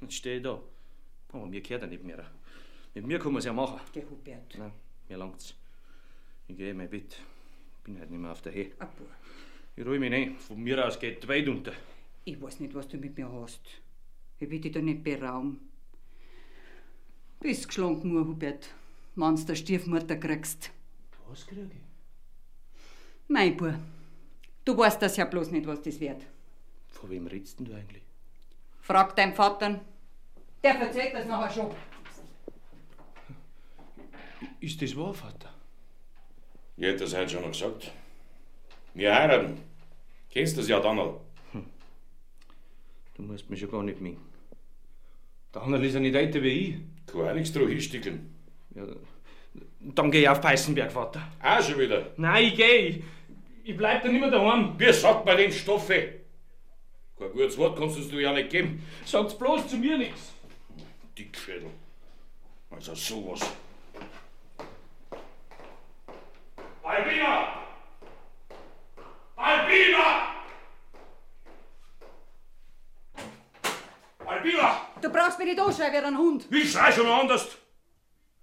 Jetzt steh ich da. Aber mir gehört er nicht mehr. Mit mir kann man es ja machen.
Geh, Hubert.
Nein, mir langt's. Ich gehe in mein Bett. Bin halt nicht mehr auf der Höhe. Ich ruhe mich nicht. Von mir aus geht die Welt unter.
Ich weiß nicht, was du mit mir hast. Ich will dich da nicht berauben. Bist geschlagen nur, Hubert, wenn du der Stiefmutter kriegst.
Was krieg ich?
Mein Bub, du weißt das ja bloß nicht, was das wird.
Von wem redst denn du eigentlich?
Frag deinen Vater. Der verzeiht das nachher schon.
Ist das wahr, Vater?
Ich hätte das heute schon noch gesagt. Wir heiraten. Kennst das ja dann noch.
Du musst mich schon gar nicht mengen. Der andere ist ja nicht älter wie ich.
Kann auch nichts drauf hinstickeln.
Ja, dann geh ich auf Peißenberg, Vater.
Auch schon wieder.
Nein, ich geh. Ich- Ich bleib da nicht mehr daheim.
Wie sagt man den Stoffe? Kein gutes Wort kannst du es dir ja nicht geben.
Sagt's bloß zu mir nichts.
Dickschädel. Also sowas.
Albina! Albina! Albina!
Du brauchst mich nicht anschreien wie ein Hund.
Ich schrei schon mal anders.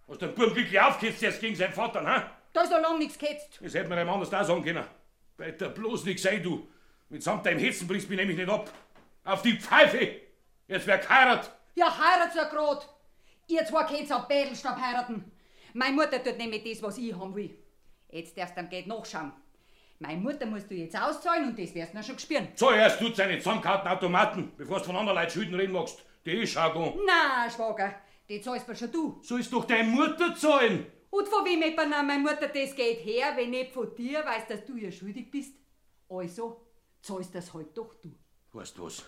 Hast den Buben glücklich aufgehetzt jetzt gegen seinen Vater, ne?
Da ist noch lang nichts gehetzt.
Das hätte man dem anders auch sagen können. Weiter bloß nicht sein, du. Mitsamt deinem Hetzen bringst mich nämlich nicht ab. Auf die Pfeife! Jetzt wär geheiratet.
Ja, heirat's ja grad. Ihr zwei könnt's auf Bädelstab heiraten. Meine Mutter tut nämlich das, was ich haben will. Jetzt darfst du am Geld nachschauen. Meine Mutter musst du jetzt auszahlen und das wirst du noch schon gespüren.
Zuerst tut seine zusammengehalten Automaten, bevor du von anderen Leuten Schulden reden magst. Die ist auch gone.
Na, Schwager, die zahlst mir schon du.
Sollst doch deine Mutter zahlen.
Und von wem etwa nimmt meine Mutter das Geld her, wenn nicht von dir, weißt, dass du ihr schuldig bist? Also, zahlst das halt doch du.
Weißt du was?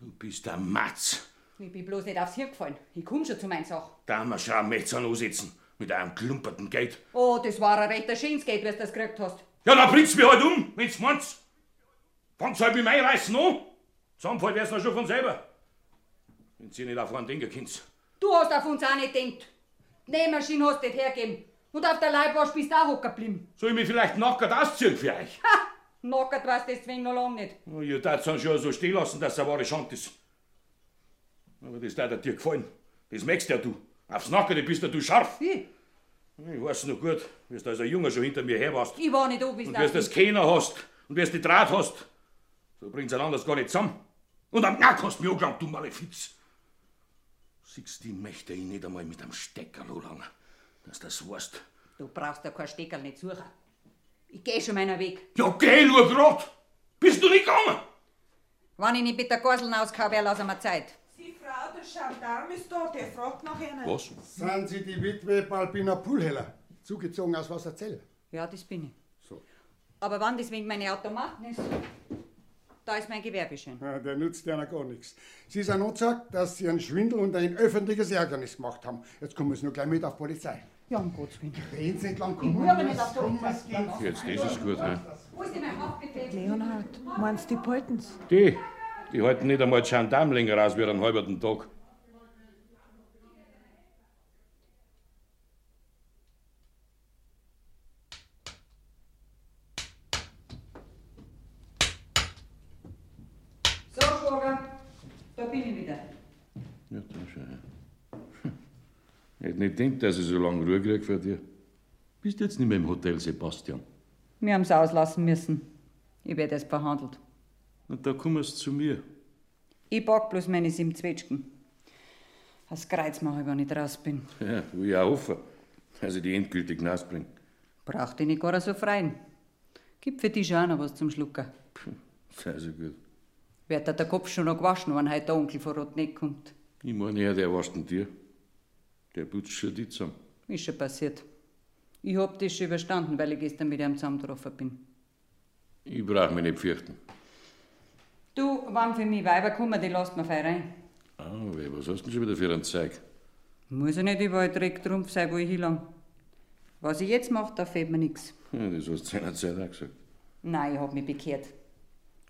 Du bist ein Matz.
Ich bin bloß nicht aufs Hirn gefallen. Ich komm schon zu meinen Sachen.
Da haben wir schon am Metzern ansitzen. Mit einem klumperten Geld.
Oh, das war ein rechter schönes Geld, was du das gekriegt hast.
Ja, dann bringt's mich halt um, wenn's meinst. Fangt's halt mit meinem Reißen an. Zusammenfall wär's noch schon von selber. Wenn's ihr nicht auf einen Dinger kennt.
Du hast auf uns auch nicht gedacht. Die Nähmaschine hast du nicht hergeben. Und auf der Leibwasch bist du auch hocker geblieben.
Soll ich mich vielleicht nackert ausziehen für euch?
Ha! Nackert weißt du deswegen noch lang nicht.
Na, Ihr tat es schon so stehen lassen, dass es eine wahre Schande ist. Aber das tat dir gefallen. Das merkst ja du. Aufs Nackerte bist ja du scharf.
Ich?
Ich weiß noch gut, wie du als ein Junge schon hinter mir her warst.
Ich war nicht oben,
Und wie du das Kenner hast und wie du die Draht hast.
Du bringst einander gar nicht zusammen. Und am Nack hast du mich angelangt, du Malefiz. Siehst die möchte ich nicht einmal mit einem Stecker lang, dass das weißt.
Du brauchst da kein Steckerl nicht suchen. Ich geh schon meinen Weg.
Ja, geh nur grad! Bist du nicht gegangen?
Wenn ich nicht mit der Geiseln auskam, wer lassen wir Zeit.
Die Frau, der Gendarm ist da, der fragt nach Ihnen.
Was?
Sind Sie die Witwe Balbina Pulheller? Zugezogen aus Wasserzell?
Ja, das bin ich.
So.
Aber wann das wegen meine Automaten ist, da ist mein Gewerbeschein.
Ja, der nützt ja noch gar nichts. Sie sind angezeigt, dass Sie einen Schwindel und ein öffentliches Ärgernis gemacht haben. Jetzt kommen Sie nur gleich mit auf die Polizei.
Ja, um Gottes Willen.
Reden Sie nicht lang,
Ich
kommen
muss aber
Sie.
nicht auf
kommen
der
Sie, gehen Sie.
Jetzt, das ist gut, ne?
Wo ist denn mein Haftbefehl?
Leonhard, meinst du die Poltens?
Die, die halten nicht einmal die Gendarme länger aus wie einen halben Tag.
So, Schwager, da bin ich wieder.
Ja, dann schon, ja.
Ich Hm. hätte nicht gedacht, dass ich so lange Ruhe kriege für dich. Bist jetzt nicht mehr im Hotel Sebastian.
Wir haben's auslassen müssen. Ich werde erst behandelt.
Und da kommst du zu mir.
Ich pack bloß meine sieben Zwetschgen. Das Kreuz mache ich, wenn ich raus bin.
Ja, will ich auch hoffen, dass ich die endgültig rausbringe.
Braucht ich nicht gar so freien. Gib für dich auch noch was zum Schlucken.
Sei so gut.
Wird dir der Kopf schon noch gewaschen, wenn heute der Onkel von Rotneck kommt?
Ich meine ja, der wascht denn dir. Der putzt schon die zusammen.
Ist schon passiert. Ich hab das schon überstanden, weil ich gestern mit ihm zusammengetroffen bin.
Ich brauch mich nicht fürchten.
Du, wann für mich Weiber kommen, die lasst mir fein rein.
Ah, weh, was hast du denn schon wieder für ein Zeug?
Muss ja nicht überall direkt Trumpf sein, wo ich hinlang. Was ich jetzt mache, da fehlt mir nichts.
Ja, das hast du seinerzeit auch gesagt.
Nein, ich hab mich bekehrt.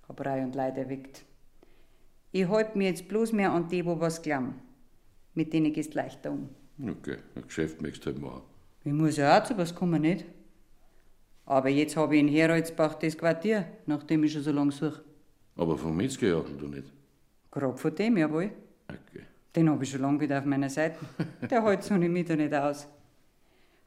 Hab Reue und Leid erweckt. Ich halte mich jetzt bloß mehr an die, wo was glauben. Mit denen gehst leichter um.
Okay, ein Geschäft möchtest du halt machen.
Ich muss ja auch zu was kommen, nicht? Aber jetzt habe ich in Heroldsbach das Quartier, nachdem ich schon so lange suche.
Aber vom Metzgerjackel du nicht.
Grad von dem, jawohl.
Okay.
Den habe ich schon lange wieder auf meiner Seite. Der hält so eine Miete nicht aus.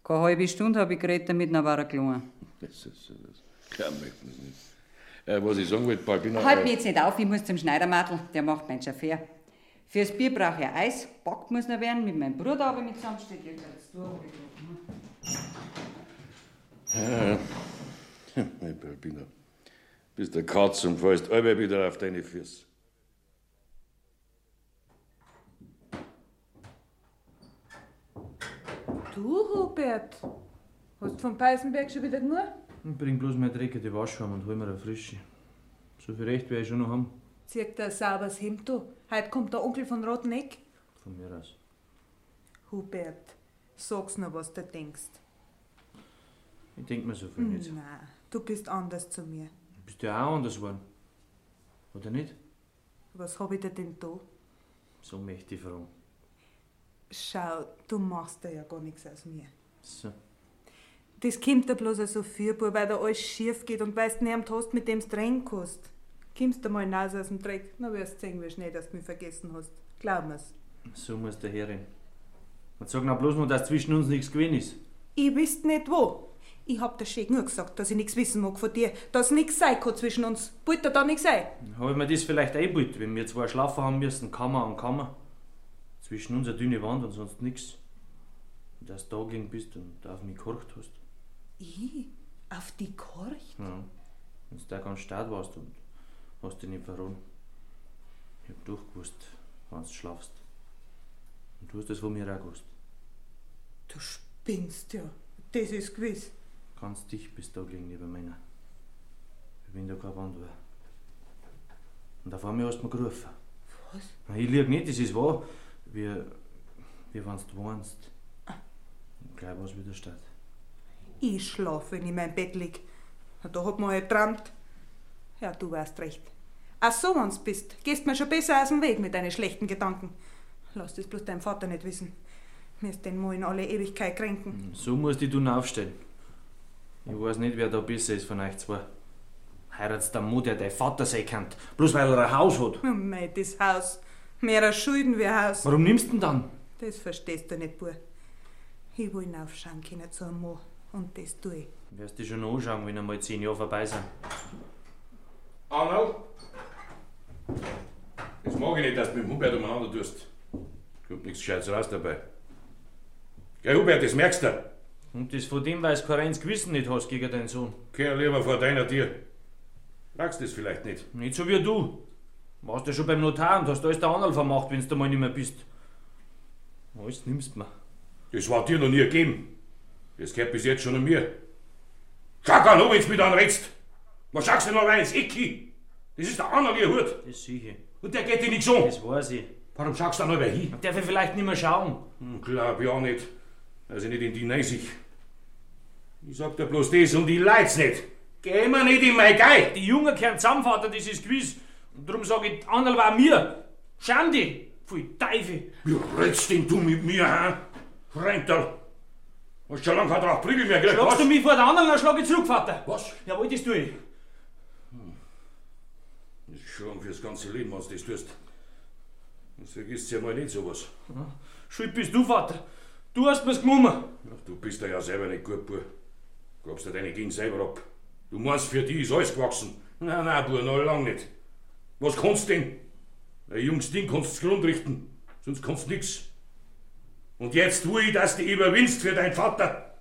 Keine halbe Stunde habe ich geredet, damit noch war er gelungen.
Das ist das. Kein möchte das nicht. Äh, was ich sagen wollte, Balbina.
Halt mich
äh,
jetzt nicht auf, ich muss zum Schneidermatl, der macht meinen Chauffeur. Fürs Bier brauche ich ein Eis, Back muss noch werden, mit meinem Bruder aber mit zusammensteht. ihr könnt's tun.
Ja, ja. Mein Balbina. Bist der Katz und fällst alle wieder auf deine Füße.
Du, Hubert, hast vom Peißenberg schon wieder genug?
Ich bring bloß meine dreckige Wasche heim und hol mir eine frische. So viel Recht werde ich schon noch haben.
Zieht der sauberes Hemd an. Heute kommt der Onkel von Rotneck.
Von mir aus.
Hubert, sag's nur, was du denkst.
Ich denk mir so viel
Mhm.
nicht.
Nein, du bist anders zu mir.
Bist du ja auch anders geworden? Oder nicht?
Was hab ich dir denn da?
So möchte ich fragen.
Schau, du machst dir ja gar nichts aus mir.
So.
Das kommt dir bloß so viel, weil da alles schief geht und weißt niemand hast, mit dem's drehen kannst. Kommst du mal nass aus dem Dreck, dann wirst du sehen, wie schnell dass du mich vergessen hast. Glaub mir's.
So muss der Herrin. Und sag noch bloß nur, dass zwischen uns nichts gewesen ist.
Ich wüsste nicht wo. Ich hab dir schon genug gesagt, dass ich nichts wissen mag von dir, dass nichts sein kann zwischen uns. Wollt dir da nichts sein?
Habe ich mir das vielleicht eingebaut, wenn wir zwei schlafen haben müssen, Kammer an Kammer. Zwischen uns eine dünne Wand und sonst nichts. Und dass du da ging bist und auf mich gehorcht hast.
Ich? Auf die Korch?
Ja. Wenn du da ganz stark warst und hast dich nicht verraten. Ich hab durchgewusst, wann du schlafst. Und du hast das von mir auch gewusst.
Du spinnst ja. Das ist gewiss.
Ganz dicht bist du da gelegen, lieber Männer. Ich bin da kein Wandler. Und auf einmal hast du mir gerufen.
Was?
Na, Ich lieg nicht, das ist wahr. Wie, wie wenn du warnst. Und gleich war es wieder statt.
Ich schlaf, wenn ich in meinem Bett lieg. Na, Da hat man halt geträumt. Ja, du weißt recht. Ach so, wenn's bist, gehst mir schon besser aus dem Weg mit deinen schlechten Gedanken. Lass das bloß deinem Vater nicht wissen. Mir ist den Mo in alle Ewigkeit kränken.
So musst ich tun aufstehen. Ich weiß nicht, wer da besser ist von euch zwei. Heiratst der Mutter, der dein Vater sein kann. Bloß weil er ein Haus hat.
Oh mei, das Haus. Mehrer Schulden wie ein Haus.
Warum nimmst du ihn dann?
Das verstehst du nicht, Bub. Ich will hinaufschauen können zu einem Mo. Und das tue ich.
Wirst du schon anschauen, wenn einmal zehn Jahre vorbei sind.
Arnold,
Das mag ich nicht, dass du mit dem Hubert umeinander tust. Kommt nichts Gescheites raus dabei. Gell, Hubert, das merkst du.
Und das von dem, weil es kein reines Gewissen nicht hast gegen deinen Sohn.
Kehr lieber vor deiner Tür. Magst das vielleicht nicht?
Nicht so wie du. Warst ja schon beim Notar und hast alles der Anal vermacht, wenn du mal nicht mehr bist. Alles nimmst mir.
Das war dir noch nie gegeben. Das gehört bis jetzt schon an mir. Schau gar noch, wenn du mit einem redst. Was schaust du denn noch rein ins Ecki? Das ist der andere Hut.
Das sehe ich.
Und der geht dich nichts an.
Das weiß ich.
Warum schaust du da noch wer hin?
Darf ich vielleicht nicht mehr schauen?
Hm, glaub ich auch nicht. Also nicht in die Neisig. Ich sag dir bloß das und ich leid's nicht. Geh mir nicht in mein Gei.
Die Jungen kehren zusammenfahren, das ist gewiss. Und darum sage ich, Anderl war mir. Schande. Pfui Teufel.
Wie redst denn du mit mir, hä? Rental. Hast schon lange keinen Draufprügel mehr gekriegt,
Schlagst
was?
du mich vor der anderen, dann schlag ich zurück, Vater.
Was?
Jawohl, das tue ich.
Das ist schon fürs ganze Leben, was du das tust. Das vergisst ja mal nicht sowas.
Hm? Schuld bist du, Vater. Du hast mir's gemummen.
Ach, du bist ja Noh, ja selber nicht gut, Bub. Gabst dir deine Gegend selber ab. Du meinst, für die ist alles gewachsen. Nein, nein, Bub, noch lang nicht. Was kannst du denn? Ein junges Ding kannst du Grund richten, sonst kannst du nix. Und jetzt will ich, dass du dich überwindest für deinen Vater.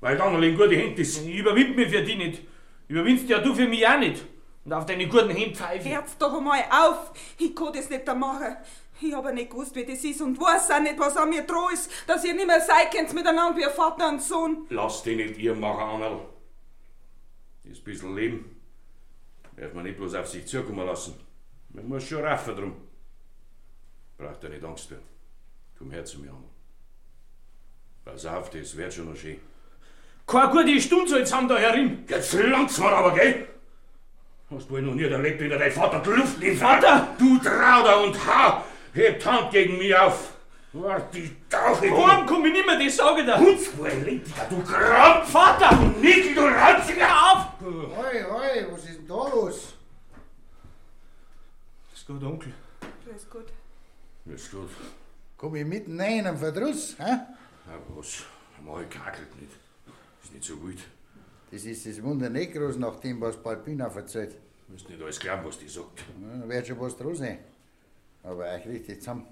Weil dann in gute Hände ist.
Ich überwind mich für dich nicht. Überwindst ja du für mich auch nicht. Und auf deine guten Hände pfeife ich.
Hört's doch einmal auf! Ich kann das nicht da machen. Ich habe nicht gewusst, wie das ist und weiß auch nicht, was an mir dran ist, dass ihr nicht mehr sein könnt miteinander wie ein Vater und Sohn.
Lass dich nicht ihr machen, Annerl. Das bisschen Leben darf man nicht bloß auf sich zukommen lassen. Man muss schon raffen drum. Braucht ihr nicht Angst haben. Komm her zu mir, Annerl. Pass auf, das wird schon noch schön.
Keine gute Stunde soll's haben da herin.
Jetzt langt's mir aber, gell? Hast du wohl noch nie erlebt, wie dir dein Vater die Luft nimmt?
Vater!
Du Trauder und Ha! Hebt Hand gegen mich auf! Wart die Taufe!
Warum komm ich nicht mehr, das sage ich dir.
Hundsvolllendiger, du Kramp!
Vater!
Du Nickel, du Ranziger!
Auf!
Hoi, hoi, was ist denn da los?
Das geht, Onkel.
Grüß Gott.
Ist gut.
Komm ich mitten rein am Verdruss, hä?
Aber was? Mal kakelt nicht. Ist nicht so wild.
Das ist das Wunder nicht groß nach dem, was Palpina erzählt.
Müsst nicht alles glauben, was die sagt.
Ja, wird schon was dran sein. Aber euch richtig zusammen.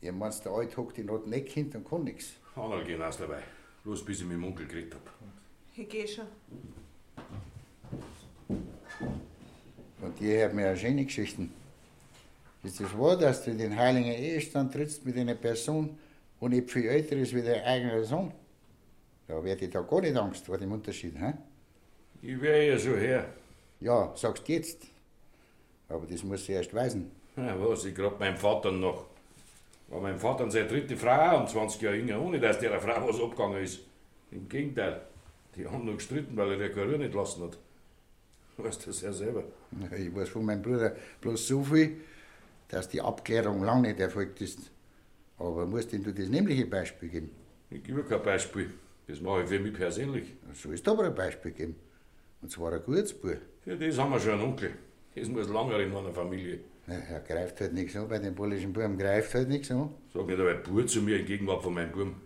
Ihr meint, der Alt hockt die Not nicht hin und kann nichts.
Anderl gehen aus dabei. Bloß bis ich mit dem Onkel geredet hab.
Ich geh schon.
Von dir hört man ja schöne Geschichten. Ist es wahr, dass du in den heiligen Ehestand trittst mit einer Person, die nicht viel älter ist wie dein eigener Sohn? Da wird ich da gar nicht Angst vor dem Unterschied, hä?
Ich wär ja schon her.
Ja, sagst jetzt. Aber das muss sie erst weisen.
Ja, was, ich grad meinem Vater noch. War meinem Vater seine dritte Frau und 20 Jahre jünger, ohne dass der Frau was abgegangen ist. Im Gegenteil, die haben noch gestritten, weil er der Karriere nicht lassen hat. Weißt das ja selber.
Ich weiß von meinem Bruder bloß so viel, dass die Abklärung lange nicht erfolgt ist. Aber musst denn du das nämliche Beispiel geben?
Ich gebe kein Beispiel. Das mache ich für mich persönlich.
Sollst aber ein Beispiel geben. Und zwar ein gutes Buch.
Für das haben wir schon einen Onkel. Das muss langer in einer Familie.
Na, er greift halt nichts an, bei dem polnischen Buben greift halt nichts an.
Sag nicht einmal Bub zu mir in Gegenwart von meinem Buben.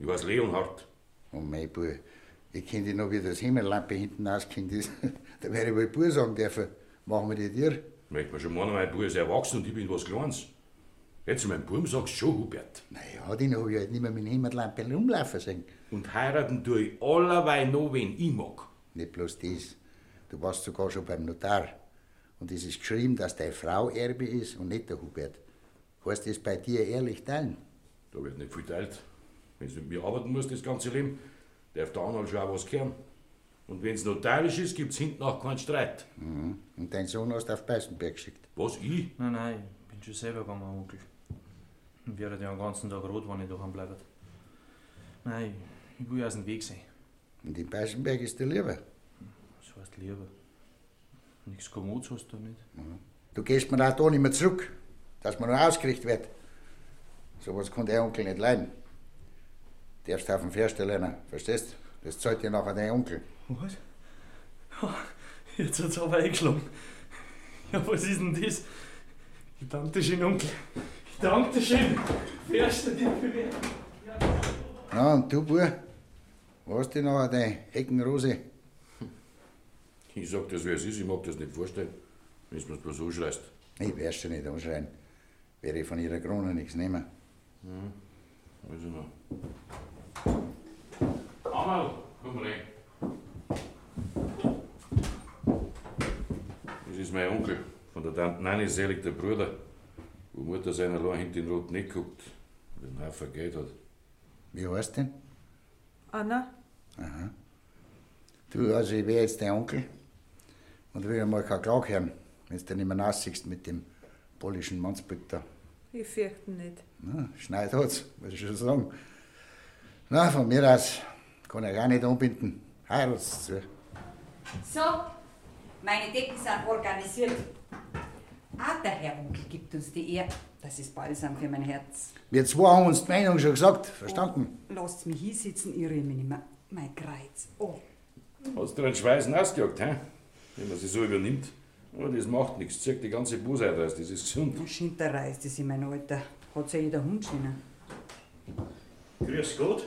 Ich weiß Leonhard.
Und mein Bub, ich kenne dich noch, wie das Himmellampe hinten ausgehängt ist. da wäre ich wohl Bub sagen dürfen. Machen wir die dir.
Möchte man schon meinen, mein Bub ist erwachsen und ich bin was Kleines. Jetzt meinem Buben sagst du schon, Hubert.
Naja, den habe ich halt nicht mehr mit Himmellampe rumlaufen sehen.
Und heiraten tue ich allerweil noch, wenn ich mag.
Nicht bloß das. Du warst sogar schon beim Notar. Und es ist geschrieben, dass deine Frau Erbe ist und nicht der Hubert. Heißt das bei dir ehrlich teilen?
Da wird nicht viel teilt. Wenn du mit mir arbeiten musst, das ganze Leben, darf der Anhalt schon auch was kehren. Und wenn es notarisch ist, gibt es hinten auch keinen Streit.
Mhm. Und deinen Sohn hast du auf Beißenberg geschickt.
Was, ich?
Nein, nein, ich bin schon selber gegangen, Onkel. Und wäre den ganzen Tag rot, wenn ich daheim bleibe. Nein, ich will aus dem Weg sein.
Und in Beißenberg ist der lieber.
Das heißt lieber. Nichts Kommods hast du da nicht.
Mhm. Du gehst mir auch da nicht mehr zurück, dass man noch ausgerichtet wird. Sowas kann der Onkel nicht leiden. Darfst auf den Fährste lernen, verstehst? Das zahlt dir nachher dein Onkel.
Was? Oh, Jetzt hat's aber eingeschlagen. Ja, was ist denn das? Ich danke dir schön, Onkel. Ich danke dir schön. Fährst du dich für mich?
Na, und du, Bub, weißt du nachher deine Heckenrose?
Ich sag das, wie es ist, ich mag das nicht vorstellen, wenn du mir bloß anschreist.
Ich werde sie nicht anschreien. Werde ich von ihrer Krone nichts nehmen.
Hm, also noch.
Amal,
komm rein. Das ist mein Onkel, von der Tante Nanni selig der Bruder, wo Mutter seiner allein hinter den roten Eck guckt, den Haufen Geld hat.
Wie heißt denn?
Anna,
Aha. Du, also ich wäre jetzt dein Onkel und will einmal keine Klage hören, wenn du nicht mehr nassigst mit dem polnischen Mannsbild da.
ich fürchte nicht.
Na, Schneid hat's, muss ich schon sagen. Na, von mir aus kann ich gar nicht anbinden. Heirat's äh, zu.
So, meine Decken sind organisiert. Ah, der Herr Onkel gibt uns die Ehre. Das ist Balsam für mein Herz.
Wir zwei haben uns die Meinung schon gesagt, verstanden?
Lasst mich hinsitzen, irre mich nicht mehr. Mein Kreuz. Oh.
Hast du den Schweißen ausgejagt, hä? wenn man sie so übernimmt? Aber das macht nichts, zirkt die ganze Buse aus, das ist gesund.
Schinterreist ist in mein Alter. Hat sich ja jeder Hund schienen.
Grüß Gott.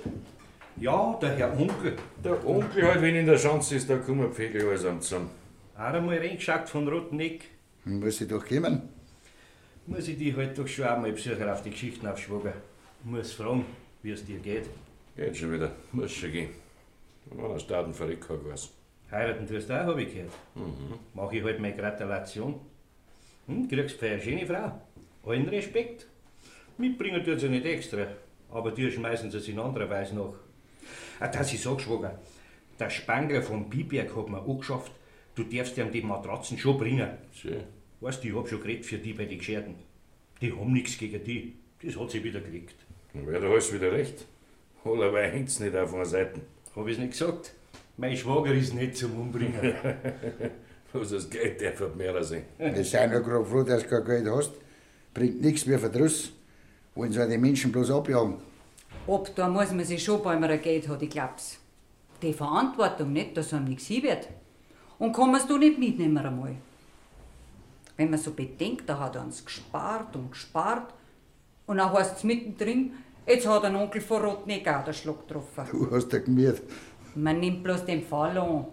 Ja, der Herr Onkel. Der Onkel halt, wenn in der Chance ist, da kommen Pflegel allesamt zusammen.
Auch einmal reingeschaut von Roten Eck.
Muss ich doch kommen?
Muss ich dich halt doch schon einmal besuchen auf die Geschichten aufschwagen. Muss fragen, wie es dir geht.
Geht schon wieder, muss schon gehen. Wenn der Staaten verrückt hat, was.
Heiraten tust du auch, habe ich gehört.
Mhm.
Mach ich halt meine Gratulation. Hm, kriegst für eine schöne Frau. Allen Respekt. Mitbringen tut sie nicht extra, aber dir schmeißen sie es in anderer Weise nach. Ah, dass ich sag, Schwager, der Spangler vom Biberg hat mir angeschafft, du darfst ihm die Matratzen schon bringen.
Schön.
Weißt du, ich hab schon geredet für die bei den Gescherten. Die haben nichts gegen die. Das hat sie wieder gekriegt.
Dann wäre da alles wieder recht. Allerweil hängt's nicht auf einer Seite.
Hab ich's nicht gesagt? Mein Schwager ist nicht zum Umbringen.
Bloß das Geld darf er mehr sein.
Wir sind ja gerade froh, dass du kein Geld hast. Bringt nichts wie Verdruss. Wollen sie die Menschen bloß abjagen.
Ob da muss man sich schon beim Geld hat, ich glaub's. Die Verantwortung nicht, dass einem nichts hin wird. Und kann man's da nicht mitnehmen einmal. Wenn man so bedenkt, da hat er uns gespart und gespart. Und dann heißt's mittendrin, jetzt hat ein Onkel von Rotneck auch den Schlag getroffen.
Du hast ja gemüht.
Man nimmt bloß den Fall an.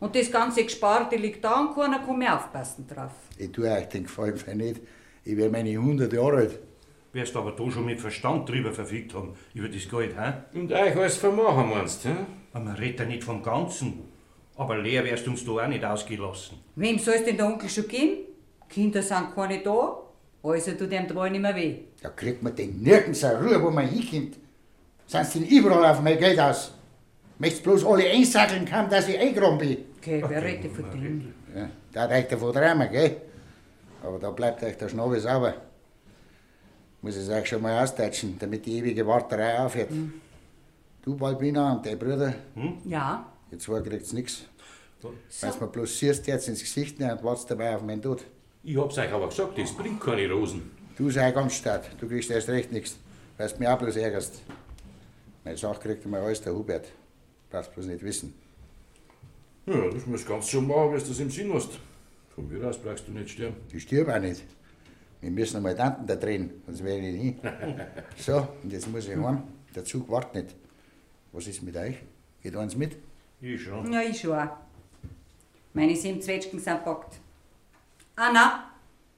Und das ganze Gesparte liegt da und keiner kann mehr aufpassen drauf.
Ich tue euch den Gefallen für nicht. Ich werde meine 100 Jahre alt.
Wirst aber da schon mit Verstand drüber verfügt haben, über das Geld, hä?
Und euch alles vermachen meinst, hä?
Aber man redet ja nicht vom Ganzen. Aber leer wärst uns da auch nicht ausgelassen.
Wem soll's denn der Onkel schon geben? Kinder sind keine da. Also tut dem Treu nicht mehr weh.
Da kriegt man den nirgends eine Ruhe, wo man hinkommt. Sonst sind sie überall auf mein Geld aus. Möchtest bloß alle einsackeln kann, dass ich eingerannt bin.
Okay, wer redet von dem?
Ja, da reicht er von dreimal, gell? Aber da bleibt euch der Schnabel sauber. Muss ich euch schon mal austatschen, damit die ewige Warterei aufhört. Du bald bin an, dein Bruder.
Ja,
Ihr zwei kriegt's nix.
So.
So. Weil's mir bloß siehst jetzt ins Gesicht nehmen und wartest dabei auf meinen Tod.
Ich hab's euch aber gesagt, das bringt keine Rosen.
Du sei ganz stark, du kriegst erst recht nichts, weil's mich auch bloß ärgerst. Meine Sache kriegt immer alles der Hubert. Brauchst bloß nicht wissen.
Ja, das musst du ganz so machen, wie du das im Sinn hast. Von mir aus brauchst du nicht sterben.
Ich stirb auch nicht. Wir müssen einmal Tanten da drehen, sonst wäre ich nicht hin. so, und jetzt muss ich heim. Der Zug wartet nicht. Was ist mit euch? Geht eins mit?
Ich schon.
ja, ich schon auch. Meine sieben Zwetschgen sind packt. Anna,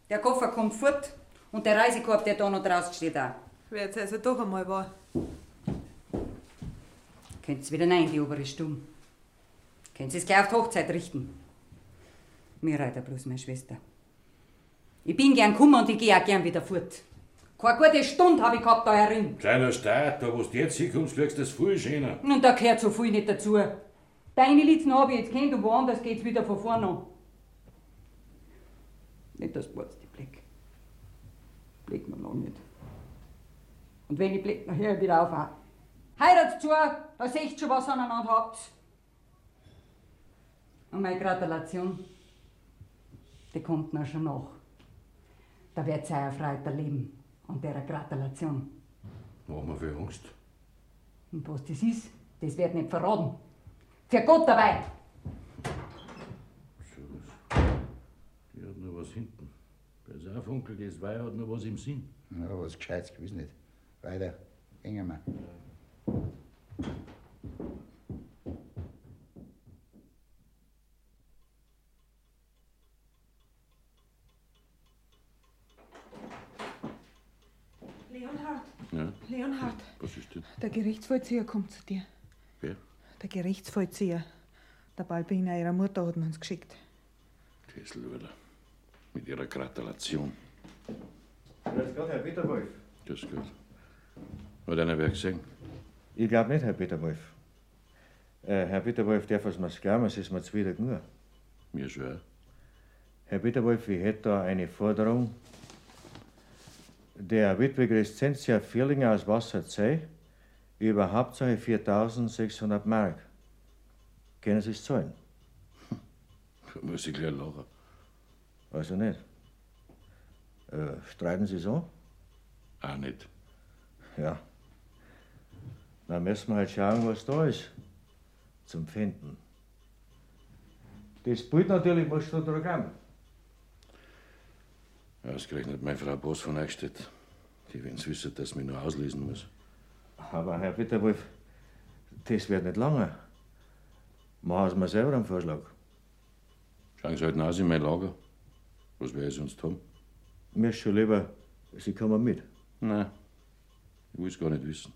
der Koffer kommt fort und der Reisekorb, der da noch draußen steht, auch.
Wär's also doch einmal wahr.
Könnt's wieder rein, die obere Stumm. Könnt's es gleich auf die Hochzeit richten. Mir reut ja bloß meine Schwester. Ich bin gern gekommen und ich gehe auch gern wieder fort. Keine gute Stunde habe ich gehabt da herin.
Kleiner Staat, da wo du jetzt hinkommst, kriegst du das viel schöner.
Und da gehört so viel nicht dazu. Deine Litzen habe ich jetzt kennt und woanders geht's wieder von vorne an. Nicht das die Blick. Blickt man noch nicht. Und wenn ich blick, dann hör ich wieder auf. auch. Heiratet zu, da seht schon, was ihr aneinander habt. Und meine Gratulation, die kommt noch schon nach. Da wird euer Freude erleben an dieser Gratulation.
Mach mir viel Angst.
Und was das ist, das wird nicht verraten. Für Gott dabei!
Die hat noch was hinten. Pass auf, Onkel, das Weih hat noch was im Sinn.
Ja, was Gescheites gewiss nicht. Weiter, gehen wir.
Ja.
Leonhard,
Was ist denn?
der Gerichtsvollzieher kommt zu dir.
Wer?
Der Gerichtsvollzieher. Der Balbiner ihrer Mutter hat ihn uns geschickt.
Kessel wieder. Mit ihrer Gratulation.
Grüß Gott, Herr Peter Wolf.
Das ist gut. Hat einer wer gesehen?
Ich glaube nicht, Herr Peter Wolf. Äh, Herr Peter Wolf, darf es mir glauben, es ist mir zuwider genug.
Mir schwer.
Herr Peter Wolf, ich hätte da eine Forderung. Der Witwe Crescentia Vierlinger aus Wasser C über Hauptsache 4600 Mark. Können Sie es zahlen?
Da muss ich gleich lachen.
Also nicht. Äh, streiten Sie so?
Auch nicht.
Ja. Dann müssen wir halt schauen, was da ist. Zum Finden. Das Bild natürlich muss da drauf haben.
Ausgerechnet meine Frau Boss von Eichstätt. Die wenigstens wissen, dass ich mich nur auslesen muss.
Aber Herr Bitterwolf, das wird nicht lange. Machen Sie mir selber einen Vorschlag.
Schauen Sie halt nach in mein Lager. Was wäre es sonst haben?
Mir ist schon lieber, Sie kommen mit.
Nein. Ich will es gar nicht wissen.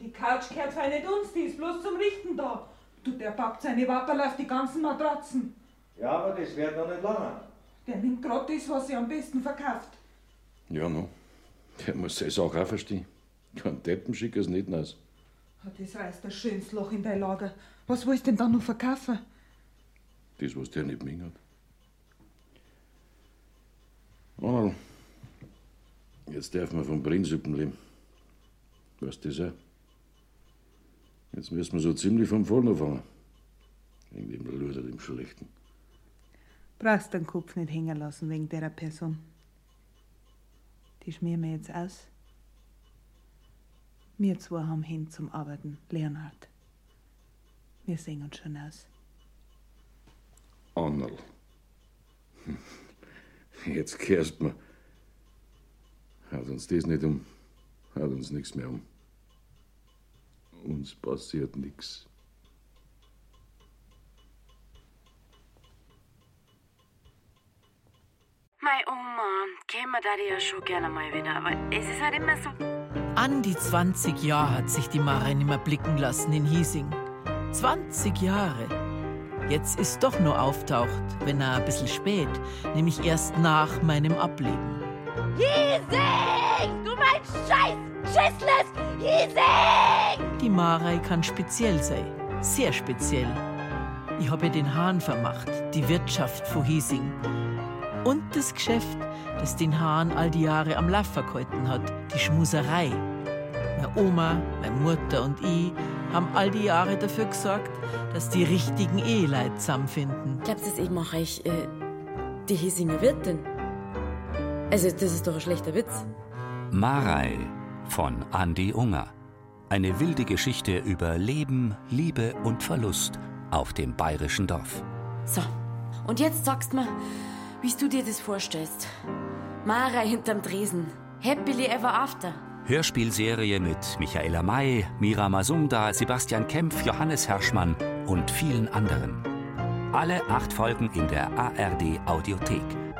Die Couch gehört zwar nicht uns, die ist bloß zum Richten da. Du, der packt seine Wapperl auf die ganzen Matratzen.
Ja, aber das wird noch nicht lange.
Der nimmt gerade das, was sie am besten verkauft.
Ja, no. Der muss seine Sache auch verstehen. Kein Deppen schick es nicht aus.
Ah, Das reißt ein schönes Loch in dein Lager.
Was willst du denn da noch verkaufen?
Das, was der nicht mingert. Ronald, jetzt darf man vom Brinsuppen leben. Weißt du das auch? Jetzt müssen wir so ziemlich vom Vorn anfangen. Wegen dem Luder, dem Schlechten.
Brauchst den Kopf nicht hängen lassen wegen derer Person. Die schmieren wir jetzt aus. Wir zwei haben hin zum Arbeiten, Leonhard. Wir sehen uns schon aus.
Annal. Jetzt kehrst mir. Haut uns das nicht um. Haut uns nichts mehr um. Uns passiert nichts.
Mei Oma, oh käme da ja schon gerne mal wieder, aber es ist halt immer so.
An die 20 Jahre hat sich die Mara nimmer blicken lassen in Hiesing. 20 Jahre. Jetzt ist doch nur auftaucht, wenn er ein bisschen spät, nämlich erst nach meinem Ableben.
Hiesing! Du mein scheiß Schissles! Hiesing!
Die Marei kann speziell sein. Sehr speziell. Ich habe den Hahn vermacht, die Wirtschaft von Hiesing. Und das Geschäft, das den Hahn all die Jahre am Laffer gehalten hat, die Schmuserei. Meine Oma, meine Mutter und ich haben all die Jahre dafür gesorgt, dass die richtigen Eheleute zusammenfinden.
Glaubst du, dass ich mache ich äh, die Hiesinger Wirtin? Also, das ist doch ein schlechter Witz.
Marei von Andy Unger. Eine wilde Geschichte über Leben, Liebe und Verlust auf dem bayerischen Dorf.
So, und jetzt sagst mir, wie du dir das vorstellst. Mara hinterm Tresen. Happily ever after.
Hörspielserie mit Michaela May, Mira Masumda, Sebastian Kempf, Johannes Herschmann und vielen anderen. Alle acht Folgen in der ARD Audiothek.